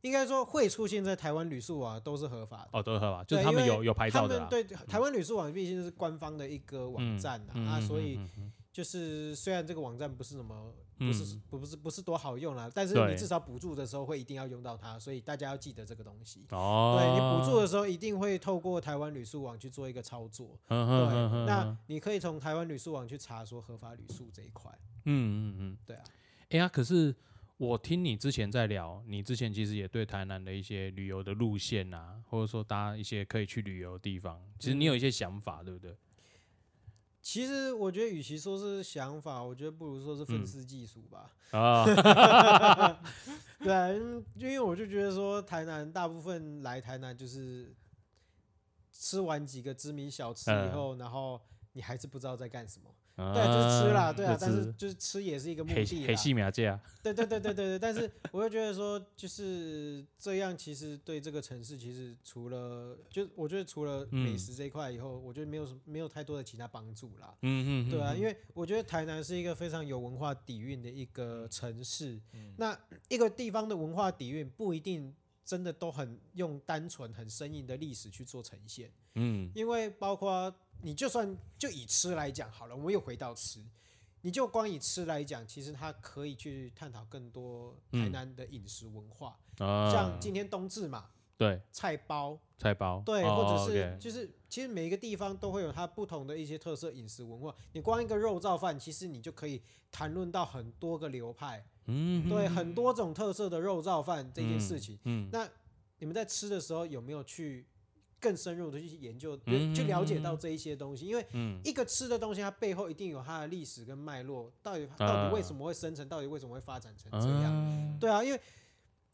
B: 应该说会出现在台湾旅宿网都是合法的。
A: 哦，德和吧，就
B: 对
A: 是他们
B: 因为
A: 有有牌
B: 他
A: 照的
B: 们
A: 啦。
B: 对台湾旅宿网毕竟是官方的一个网站啊，
A: 嗯
B: 啊，
A: 嗯
B: 所
A: 嗯
B: 以
A: 嗯嗯
B: 就是虽然这个网站不是什么，
A: 嗯
B: 不是不是不是多好用啦，但是
A: 对
B: 你至少补助的时候会一定要用到它，所以大家要记得这个东西。
A: 哦，
B: 对你补助的时候，一定会透过台湾旅宿网去做一个操作。
A: 嗯，
B: 对
A: 哼哼哼，
B: 那
A: 哼
B: 你可以从台湾旅宿网去查说合法旅宿这一块。
A: 嗯嗯嗯，
B: 对啊。
A: 哎呀，可是我听你之前在聊，你之前其实也对台南的一些旅游的路线啊，或者说大家一些可以去旅游的地方，其实
B: 嗯
A: 你有一些想法，对不
B: *laughs*
A: 对？
B: 其实我觉得，与其说是想法，我觉得不如说是
A: 嗯
B: 愤世嫉俗吧。
A: 啊，
B: *laughs* 对啊，嗯因为我就觉得说，台南大部分来台南就是吃完几个知名小吃以
A: 嗯
B: 后，然后你还是不知道在干什么。对
A: 对
B: 啊，就是吃
A: *laughs*
B: 啦，对啊，但是
A: 是
B: 就是吃也是一个目
A: 黑
B: 的
A: 黑
B: 啦。
A: 细苗界啊，
B: 对对对对对对，但是我又觉得说，就是这样，其实对这个城市，其实除了就我觉得除了美
A: 嗯
B: 食这一块以后，我觉得没有什么没有太多的其他帮助啦。
A: 嗯嗯，
B: 对啊，因
A: 为
B: 为我觉得台南是一个非常有文化底蕴的一个城市。
C: 嗯
B: 那一个地方的文化底蕴不一定真的都很用单纯、很生硬的历史去做呈现，
A: 嗯
B: 因为包括你就算就以吃来讲好了，我们又回到吃，你就光以吃来讲，其实它可以去探讨更多台
A: 嗯
B: 南的饮食文化，
A: 啊，
B: 像今天冬至嘛，
A: 对
B: 菜包。
A: 菜包，
B: 对，
A: 哦
B: 或者是
A: OK
B: 就是，其实每一个地方都会有它不同的一些特色饮食文化。你光一个肉燥饭，其实你就可以谈论到很多个流派，
A: 嗯
B: 对，很多种特色的肉燥饭这件事情。
A: 嗯
B: 那你们在吃的时候有没有去更深入的去研究，
A: 嗯
B: 去了解到这一些东西？因为
A: 嗯
B: 一个吃的东西，它背后一定有它的历史跟脉络，到底到底为
A: 啊
B: 什么会生成，到底为什么会发展成这样？
A: 啊，
B: 对啊，因为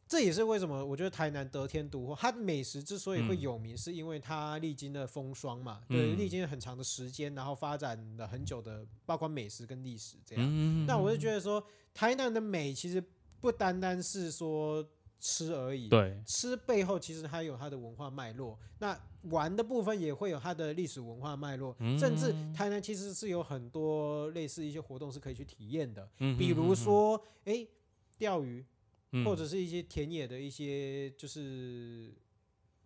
B: 这也是为什么我觉得台南得天独厚，它美食之所以会有名，是因为它历经了风霜嘛，对，
A: 嗯
B: 历经了很长的时间，然后发展了很久的，包括美食跟历史这样。
A: 嗯
B: 啊那我就觉得说，台南的美其实不单单是说吃而已。
A: 对，
B: 吃背后其实它有它的文化脉络，那玩的部分也会有它的历史文化脉络，
A: 嗯
B: 甚至台南其实是有很多类似一些活动是可以去体验的，
A: 嗯
B: 比如说，诶，钓鱼，
A: 嗯
B: 或者是一些田野的一些，就是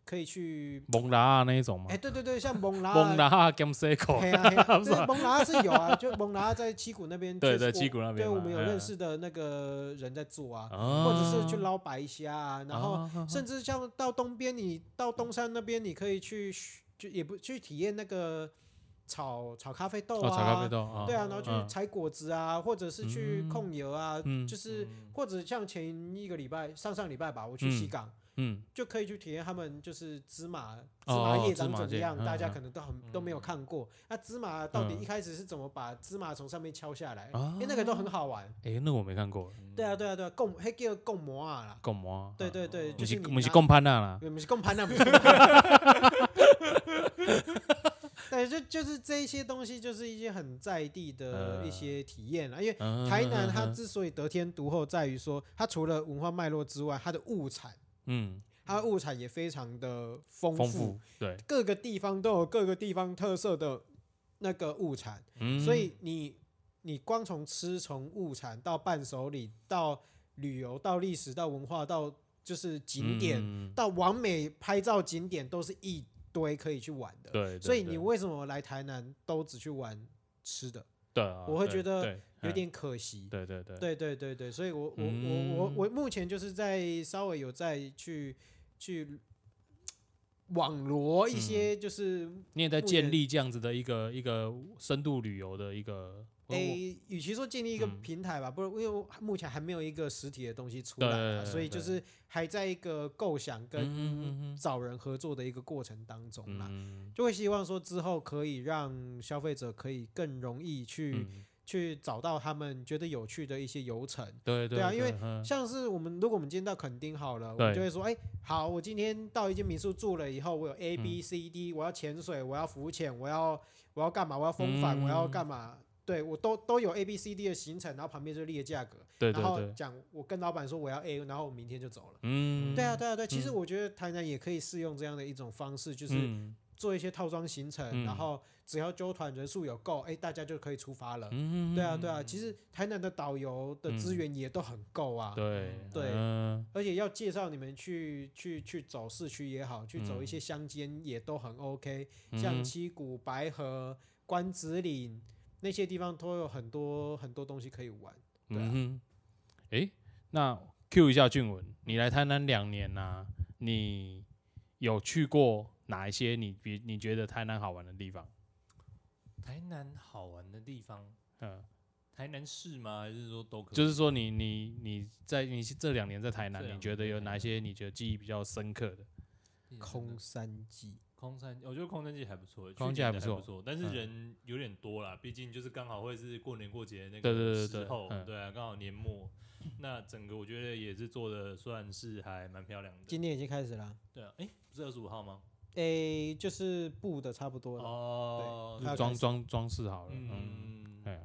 B: 可以去，
A: 蒙拉啊那一种吗
B: 哎、？对对对，像蒙拉，
A: 蒙拉啊 Game c y c l
B: 嘿
A: e
B: 啊，嘿啊，
A: 是吧
B: 对，蒙拉是有啊，就蒙拉在七股那
A: *laughs*
B: 边，
A: 对
B: 就是
A: 对
B: 我
A: 七股那边
B: 对我
A: 嘛哦
B: 们有
A: 哎呀
B: 认识的那个人在做啊，
A: 或
B: 或者是去捞白虾啊，然
A: 哦
B: 后甚至像到东边，你到东山那边，你可以去学，就也不去体验那个炒炒咖啡豆
A: 哦，
B: 啊，
A: 炒咖啡豆啊，
B: 对啊，然后去
A: 嗯
B: 采果子啊，或者是去
A: 嗯
B: 控油啊，
A: 嗯
B: 就是
C: 嗯
B: 或者像前一个礼拜、上上礼拜吧，我去西
A: 嗯
B: 港、
A: 嗯
B: 就可以去体验他们就是芝麻芝麻
A: 哦
B: 叶
A: 芝
B: 长
A: 麻
B: 怎么
A: 叶
B: 样，大
A: 嗯
B: 家
A: 嗯
B: 可能都很、都没有
C: 嗯
B: 看过。那芝麻到底
A: 嗯
B: 一开始是怎么把芝麻从上面敲下来？
A: 啊
B: 因为那个都很好玩。
A: 哎，那我没看过，
B: 对啊，对啊，对啊，贡黑叫贡魔啊啦，
A: 干嘛？
B: 对对对，
A: 不
B: 就是是
A: 我
B: 你
A: 们是啊
B: 拿
A: 共攀那啦，
B: 我们是共攀的，不是共 *laughs* 攀。对，就就是这一些东西，就是一些很在地的一些体验啊了。因
A: 嗯
B: 为台南它之所以得天独厚，在于说它除了文化脉络之外，它的物产，
A: 嗯
B: 它的物产也非常的丰
A: 丰富，对，
B: 各个地方都有各个地方特色的那个物产，
A: 嗯
B: 所以你你光从吃从物产到伴手礼到旅游到历史到文化到就是景点。
A: 嗯
B: 到完美拍照景点都是一堆可以去玩的。
A: 对，对
B: 所以
A: 对
B: 你为什么来台南都只去玩吃的，
A: 对啊，
B: 我会
A: 对
B: 觉得
A: 对
B: 有
A: 嗯
B: 点可惜。
A: 对对对，
B: 对对对对，所以我我我
A: 嗯
B: 我我目前就是在稍微有在去去网罗一
A: 嗯
B: 些就是
A: 你也在
B: 目
A: 建
B: 前
A: 立这样子的一个一个深度旅游的一个，我
B: 诶，与其说建立一个
A: 嗯
B: 平台吧，不然因为我目前还没有一个实体的东西出
A: 对
B: 来啊，
A: 对
B: 所以就
A: 对
B: 是还在一个构想
A: 嗯嗯
B: 跟
A: 嗯
B: 找人合作的一个过程当中啦。
A: 嗯
B: 就会希望说之后可以让消费者可以更容易去、
A: 嗯
B: 去找到他们觉得有趣的一些游程。
A: 对
B: 对啊因为
A: 嗯
B: 像是我们，如果我们今天到垦丁好了，我
A: 对
B: 们就会说，哎、好，我今天到一间民宿住了以后，我有 A、B、C、D，我要潜水，我要浮潜，我要我要干嘛，我要风帆，我要
A: 嗯
B: 干嘛？对我都都有 A、B、C、D 的行程，然后旁边就列价格，
A: 对对
B: 然后
A: 对，
B: 讲我跟老板说我要 A，然后我明天就走了。
A: 嗯
B: 对啊，对啊，对，其实
A: 嗯
B: 我觉得台南也可以适用这样的一种方式，就是
A: 嗯
B: 做一些套装行程，
A: 嗯
B: 然后只要纠团人数有够，哎，大家就可以出发了。
A: 嗯
B: 对啊，对啊，其实台南的导游的资
A: 嗯
B: 源也都很够啊，
A: 对
B: 对
A: 嗯
B: 而且要介绍你们去去去走市区也好，去走一
C: 嗯
B: 些乡间也都很 OK，、
A: 嗯
B: 像
A: 哼
B: 七股、白河、关子岭那些地方都有很多很多东西可以玩。对啊
A: 嗯哼，诶，那 Q 一下俊文，你来台南两年呐、你有去过哪一些你比你觉得台南好玩的地方？
C: 台南好玩的地方，
A: 嗯
C: 台南市吗？还是说都可以？
A: 就是说你，你你在你这两年在台南
C: 这，两
A: 你觉得
C: 年在
A: 有
C: 台
A: 哪
C: 南
B: 啊
A: 些你觉得记忆比较深刻的？
C: 印象
B: 空
C: 嗯的
B: 山记，
C: 空山，我觉得空山记还不错，去
A: 空山记
C: 年
A: 还
C: 的
A: 不
C: 不
A: 错
C: 错，但是
A: 嗯
C: 人有点多啦，毕竟就是刚好会是过年过节那
A: 对对
C: 个
A: 对
C: 时
A: 对
C: 候，
A: 嗯
C: 对啊，刚好年末，那整个我觉得也是做的算是还蛮漂亮的，
B: 今天已经开始了。
C: 对啊，哎，不是二十五号吗？
B: 诶，就是布的差不多了，
C: 哦
B: 对，
A: 就
B: 它
A: 是
B: 有
A: 装
B: 开始
A: 装装饰好了，嗯，
C: 嗯，
A: 哎、呀，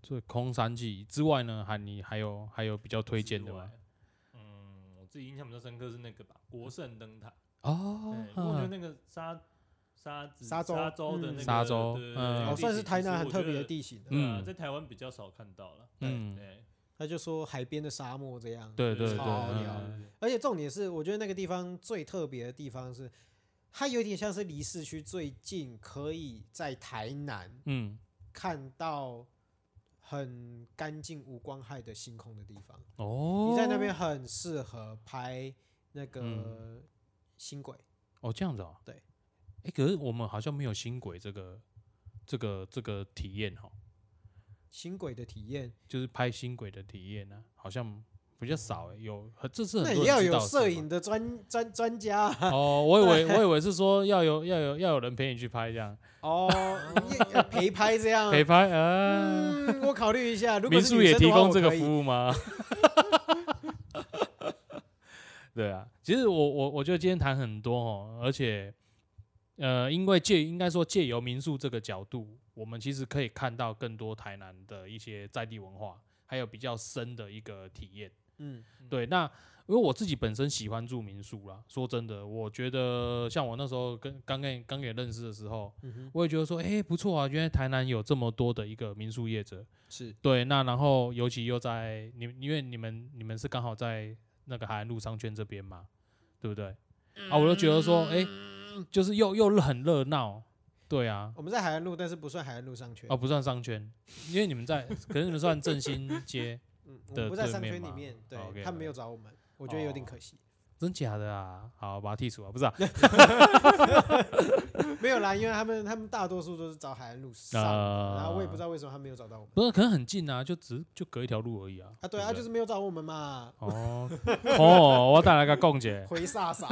A: 这空山记之外呢，还你还有还有比较推荐的
C: 之
A: 吗
C: 外？？嗯，我自己印象比较深刻是那个吧，国盛灯塔，
A: 哦
C: 对，，我觉得
A: 嗯
C: 那个沙沙子
B: 沙洲
C: 沙洲的
B: 嗯
C: 那个
A: 沙洲
C: 对对对
A: 嗯
C: 那个
B: 哦，
C: 地
B: 算是
C: 形
B: 台
C: 其实
B: 南很
C: 我
B: 特
C: 觉
B: 别的
C: 得
B: 地形的。
C: 对啊
A: 嗯
C: 在台湾比较少看到了。
A: 嗯
C: 对
B: 他就说海边的沙漠这样，
A: 对对对，
B: 超
C: 聊
A: 嗯
B: 而且重点是，我觉得那个地方最特别的地方是，它有点像是离市区最近，可以在台南
A: 嗯，
B: 看到很干净无光害的星空的地方。
A: 哦，
B: 你在那边很适合拍那
A: 嗯
B: 个星轨，
A: 哦这样子哦，
B: 对，
A: 哎、可是我们好像没有新轨这个这个这个体验哈、哦，
B: 星轨的体验，
A: 就是拍新轨的体验呢、好像比较少哎、有这是
B: 那
A: 很
B: 也
A: 多
B: 要
A: 人知道的
B: 有
A: 事
B: 摄
A: 吗
B: 影的专专专家啊
A: 哦，我以为我以为是说要有要有要有人陪你去拍这样，
B: 哦，也陪拍这样。
A: 陪拍啊，
B: 嗯，我考虑
A: *laughs*
B: 一下，如果
A: 民
B: 是
A: 宿
B: 女
A: 也
B: 生
A: 提
B: 的话
A: 供
B: 我
A: 这个
B: 可以
A: 服务吗？ *laughs* 对啊，其实我我我觉得今天谈很多哦，而且呃，因为借应该说借由民宿这个角度，我们其实可以看到更多台南的一些在地文化，还有比较深的一个体验。
B: 嗯，
A: 对，那因为我自己本身喜欢住民宿啦，说真的，我觉得像我那时候跟刚跟刚也认识的时候，
B: 嗯
A: 我也觉得说，哎、不错啊，原来台南有这么多的一个民宿业者。
B: 是
A: 对，那然后尤其又在你们，因为你们你们是刚好在那个海岸路商圈这边嘛，对不对？啊，我就觉得说，哎、就是又又很热闹，对啊，
B: 我们在海岸路，但是不算海岸路商圈
A: 啊，不算商圈，因为你们在，可是你们算振兴街，
B: 嗯，我
A: 的
B: 们不在
A: 对
B: 商
A: 面
B: 圈里
A: 吗
B: 面，对
A: 哦 OK，
B: 他们没有
A: OK
B: 找我们，我觉得有点
A: 哦
B: 可惜。
A: 真假的啊？好，把它剔除啊，不是啊，
B: 没有啦，因为他们他们大多数都是找海岸路上的，
A: 啊
B: 然后我也不知道为什么他没有找到我们。
A: 不是，可能很近啊，就只就隔一条路而已啊。
B: 啊，对
A: 不
B: 啊，就是没有找我们嘛，
A: 哦 *laughs* 哦，我带来个共姐。 *laughs*
B: 回飒飒。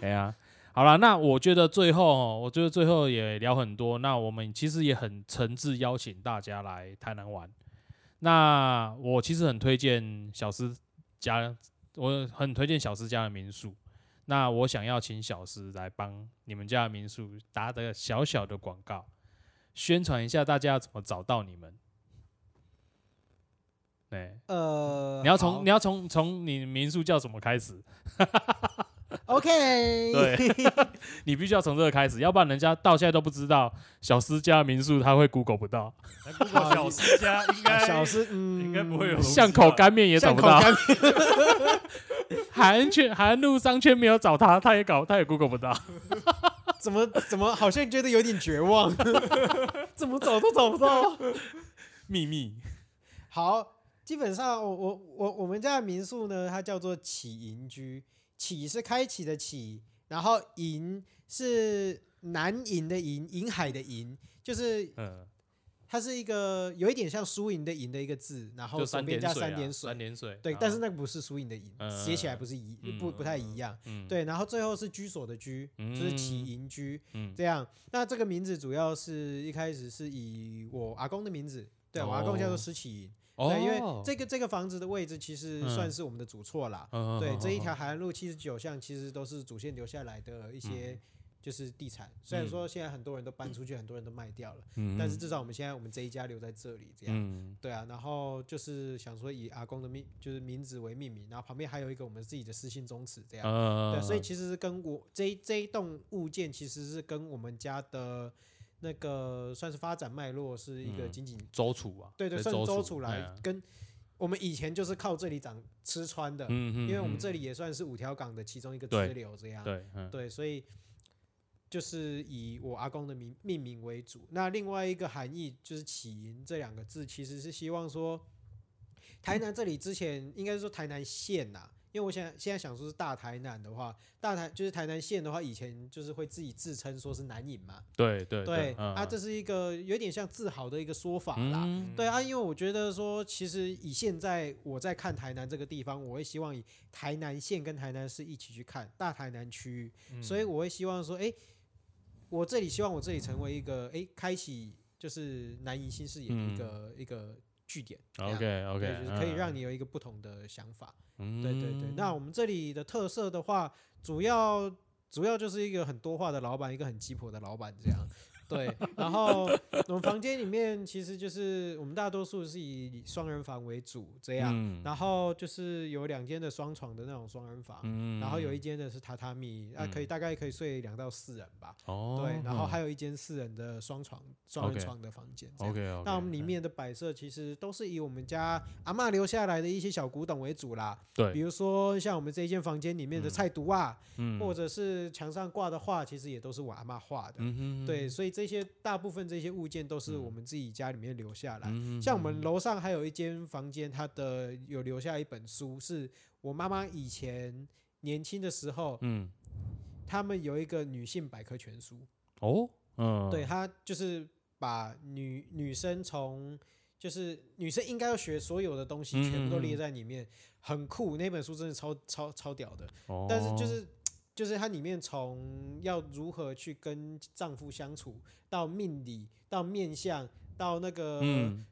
A: 哎呀，好了，那我觉得最后哦，我觉得最后也聊很多。那我们其实也很诚挚邀请大家来台南玩。那我其实很推荐小师家，我很推荐小师家的民宿。那我想要请小师来帮你们家的民宿打个小小的广告，宣传一下大家要怎么找到你们。对，
B: 呃，
A: 你要
B: 好
A: 从你要从从你民宿叫什么开始？
B: OK，
A: *laughs* 对，你必须要从这个开始，要不然人家到现在都不知道小私家民宿，他会 Google 不到，
C: 那 Google 哎小
A: *laughs*
C: 吃家应
B: 啊
C: 该
B: 小 *laughs* 师，嗯，
C: 应该不会有
A: 巷口干面也找
B: 巷
A: 不
B: 口
A: 到， *laughs*
B: 干
A: 海岸圈、海岸路商圈没有找他，他也搞他也 Google 不到。
B: 怎么怎么好像觉得有点
A: *laughs*
B: 绝望， *laughs* 怎么找都找不到。
A: 秘密
B: 好，基本上我我我我们家的民宿呢，它叫做启营居，启是开启的启，然后营是南营的营，银海的营，就是
A: 嗯，
B: 它是一个有一点像输赢的赢的一个字，然后
A: 就
B: 左
A: 三
B: 边
A: 点
B: 加
A: 水啊，
B: 三点水
A: 三，点水，
B: 对，
A: 啊
B: 但是那个不是输赢的赢，
A: 嗯
B: 写起来不是一
A: 嗯
B: 不不太一样，
A: 嗯，
B: 对，然后最后是居所的居，就是起
A: 嗯
B: 营居，
A: 嗯，
B: 这样，那这个名字主要是一开始是以我阿公的名字，对我阿公叫
A: 哦
B: 做石启银，
A: 哦，
B: 对，因为这个这个房子的位置其实算
A: 嗯
B: 是我们的主错啦。
A: 嗯，
B: 对，这一
A: 嗯
B: 条海岸路七十九巷其实都是祖先留下来的一
A: 嗯
B: 些就是地产，虽然说现在很多人都搬出去，很多人都卖掉了，
A: 嗯
B: 但是至少我们现在我们这一家留在这里这样。
A: 嗯
B: 对啊，然后就是想说以阿公的命就是名字为命名，然后旁边还有一个我们自己的私信宗祠这样。
A: 呃
B: 对，所以其实是跟我这一这一栋物件其实是跟我们家的那个算是发展脉络是一个
A: 嗯
B: 紧紧、
A: 周楚啊，
B: 对对，
A: 在
B: 算是周
A: 楚
B: 楚来、
A: 哎呀
B: 跟我们以前就是靠这里长吃穿的，
A: 嗯嗯，
B: 因为我们
A: 嗯
B: 这里也算是五条港的其中一个
A: 对
B: 支流这样，
A: 对，嗯
B: 对所以就是以我阿公的名命名为主。那另外一个含义就是“起因”这两个字，其实是希望说台南这里之前应该是说台南县呐、因为我想现在想说是大台南的话，大台就是台南县的话，以前就是会自己自称说是南引嘛，
A: 对对
B: 对，
A: 嗯
B: 啊，这是一个有点像自豪的一个说法啦。
A: 嗯
B: 对啊，因为我觉得说，其实以现在我在看台南这个地方，我会希望以台南县跟台南市一起去看大台南区域，所以我会希望说，哎、我这里希望我这里成为一个，哎、开启就是南移新视野的一个、一个据点这样
A: ，OK OK，
B: 对，就是可以让你有一个不同的想法。
A: 嗯，
B: 对对对，那我们这里的特色的话，主要主要就是一个很多话的老板，一个很鸡婆的老板这样。对，然后我们房间里面其实就是我们大多数是以双人房为主这样，
A: 嗯
B: 然后就是有两间的双床的那种双人房，
A: 嗯
B: 然后有一间的是榻榻米，那、可以大概可以睡两到四人吧。
A: 哦，
B: 对，然后还有一间四人的双床双人
A: OK 嗯
B: 床的房间这样。
A: OK OK，
B: 那我们里面的摆设其实都是以我们家阿嬷留下来的一些小古董为主啦，比
A: 对，
B: 如说像我们这一间房间里面的菜毒啊，
A: 嗯
B: 或者是墙上挂的画，其实也都是我阿嬷画的。
A: 嗯哼，
B: 对，所以这些大部分这些物件都是我们自己家里面留下来。
A: 嗯
B: 像我们楼上还有一间房间，它的有留下一本书，是我妈妈以前年轻的时候，
A: 嗯
B: 他们有一个女性百科全书。
A: 哦，嗯，
B: 对，，他就是把女女生从就是女生应该要学所有的东
A: 嗯
B: 西，全部都列在里面，很酷。那本书真的超超超屌的，
A: 哦
B: 但是就是。就是它里面从要如何去跟丈夫相处，到命理，到面相，到那个
A: 嗯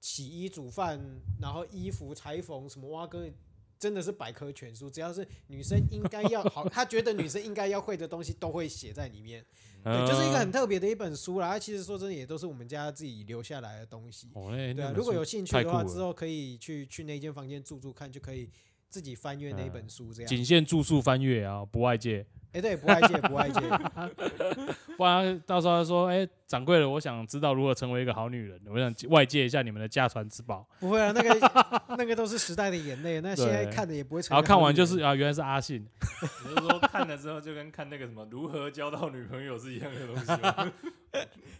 B: 洗衣煮饭，然后衣服裁缝什么挖哥，真的是百科全书。只要是女生应该要好， *laughs* 他觉得女生应该要会的东西都会写在
A: *laughs*
B: 里面。对，就是一个
A: 嗯
B: 很特别的一本书啦。它其实说真的，也都是我们家自己留下来的东西。
A: 哦嘞，
B: 对啊
A: 那，本
B: 如果
A: 书
B: 有兴趣
A: 太
B: 的话，
A: 酷了
B: 之后可以去去那间房间住住看，就可以自己翻阅那一本书这样。
A: 仅限住宿翻阅啊，不外借，
B: 哎，对，不外借，不外借。
A: 不然到时候他说，哎，掌柜的，我想知道如何成为一个好女人，我想外借一下你们的家传之宝，
B: 不会啊，
A: *laughs*
B: 那个那个都是时代的眼泪，那现在
A: 对
B: 看的也不会成。
A: 然后看完就是。啊，原来是阿信，
C: 你是说看了之后就跟看那个什么如何交到女朋友是一样的东西吗？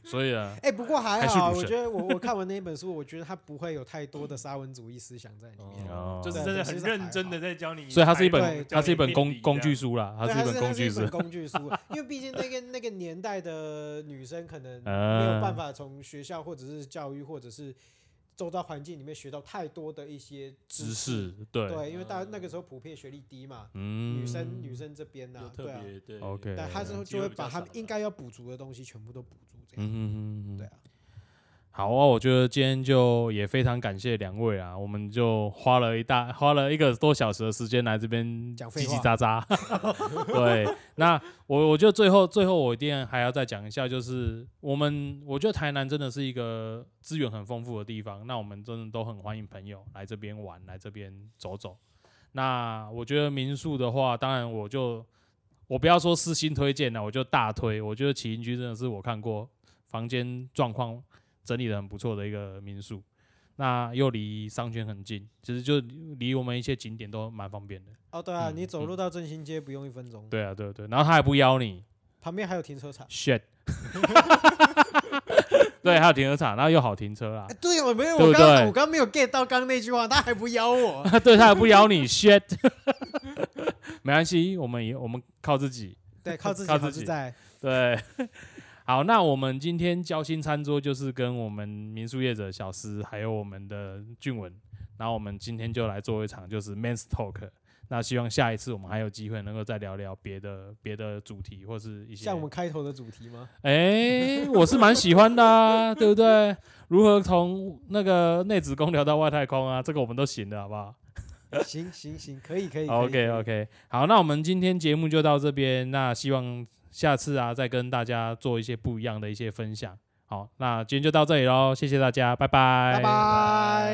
A: 所以啊，
B: 哎、不过还
A: 还是
B: 好啊，
A: 女
B: 我
A: 神
B: 觉得我我看完那一本书，我觉得它不会有太多的沙文主义思想在里面。
A: 哦
C: *laughs* 就是真的很认真的在教你，
A: 所以它是一本
B: 对
A: 它嗯是一本工工具
C: 书，
A: 书啦，它
B: 对
A: 是一本工
B: 它
A: 具
B: 是
A: 书
B: 一，本工
A: *laughs*
B: 具书，因为毕竟那个那个年代的女生可能
A: 嗯
B: 没有办法从学校或者是教育或者是周遭环境里面学到太多的一些
A: 知
B: 识。
A: 识，对，
B: 对，因为大那个时候普遍学历低嘛，
A: 嗯，
B: 女生女生这边
C: 有
B: 呢，
C: 特
B: 对啊，
C: 别对
A: OK
B: 但她之后
C: 机
B: 就
C: 会
B: 会
C: 比较
B: 把她
C: 少
B: 们
C: 了
B: 应该要补足的东西全部都补足，这
A: 嗯
B: 样。
A: 嗯嗯，
B: 对啊，
A: 好啊，我觉得今天就也非常感谢两位啊，我们就花了一大花了一个多小时的时间来这边
B: 讲
A: 叽
B: 废话
A: 叽喳喳。 *laughs* 对，那我我觉得最后最后我一定还要再讲一下，就是我们我觉得台南真的是一个资源很丰富的地方，那我们真的都很欢迎朋友来这边玩，来这边走走。那我觉得民宿的话，当然我就我不要说私心推荐了，我就大推。我觉得启云居真的是我看过房间状况整理的很不错的一个民宿，那又离商圈很近，其实就离我们一些景点都蛮方便的。
B: 哦对啊，
A: 嗯
B: 你走路到振兴街不用一分钟，
A: 对啊，对对，然后他还不邀你
B: 旁边还有停车场。
A: ，shit。对，还有停车场，然后又好停车啦 *laughs*
B: 哎，。对，我没有，
A: 对
B: 我
A: 不
B: 刚
A: 对
B: 刚我刚刚没有 get 到刚刚那句话，他还不邀我。
A: 对，他还不邀你，shit。没关系，我们也我们靠自己。
B: *laughs* 对，靠自己，
A: 靠自
B: 好自
A: 己
B: 在。
A: 对， *laughs* 好，那我们今天交心餐桌就是跟我们民宿业者小诗，还有我们的俊文，然后我们今天就来做一场就是 men's talk。那希望下一次我们还有机会能够再聊聊别的别的主题，或是一些
B: 像我们开头的主题吗？ *laughs*
A: 哎、我是蛮喜欢的、啊，对不对？如何从那个内子宫聊到外太空啊？这个我们都行的，好不好？
B: 行行行，可以可以。可以
A: OK
B: 可以
A: OK，好，那我们今天节目就到这边，那希望下次啊再跟大家做一些不一样的一些分享。好，那今天就到这里喽，谢谢大家，拜拜，
B: 拜拜。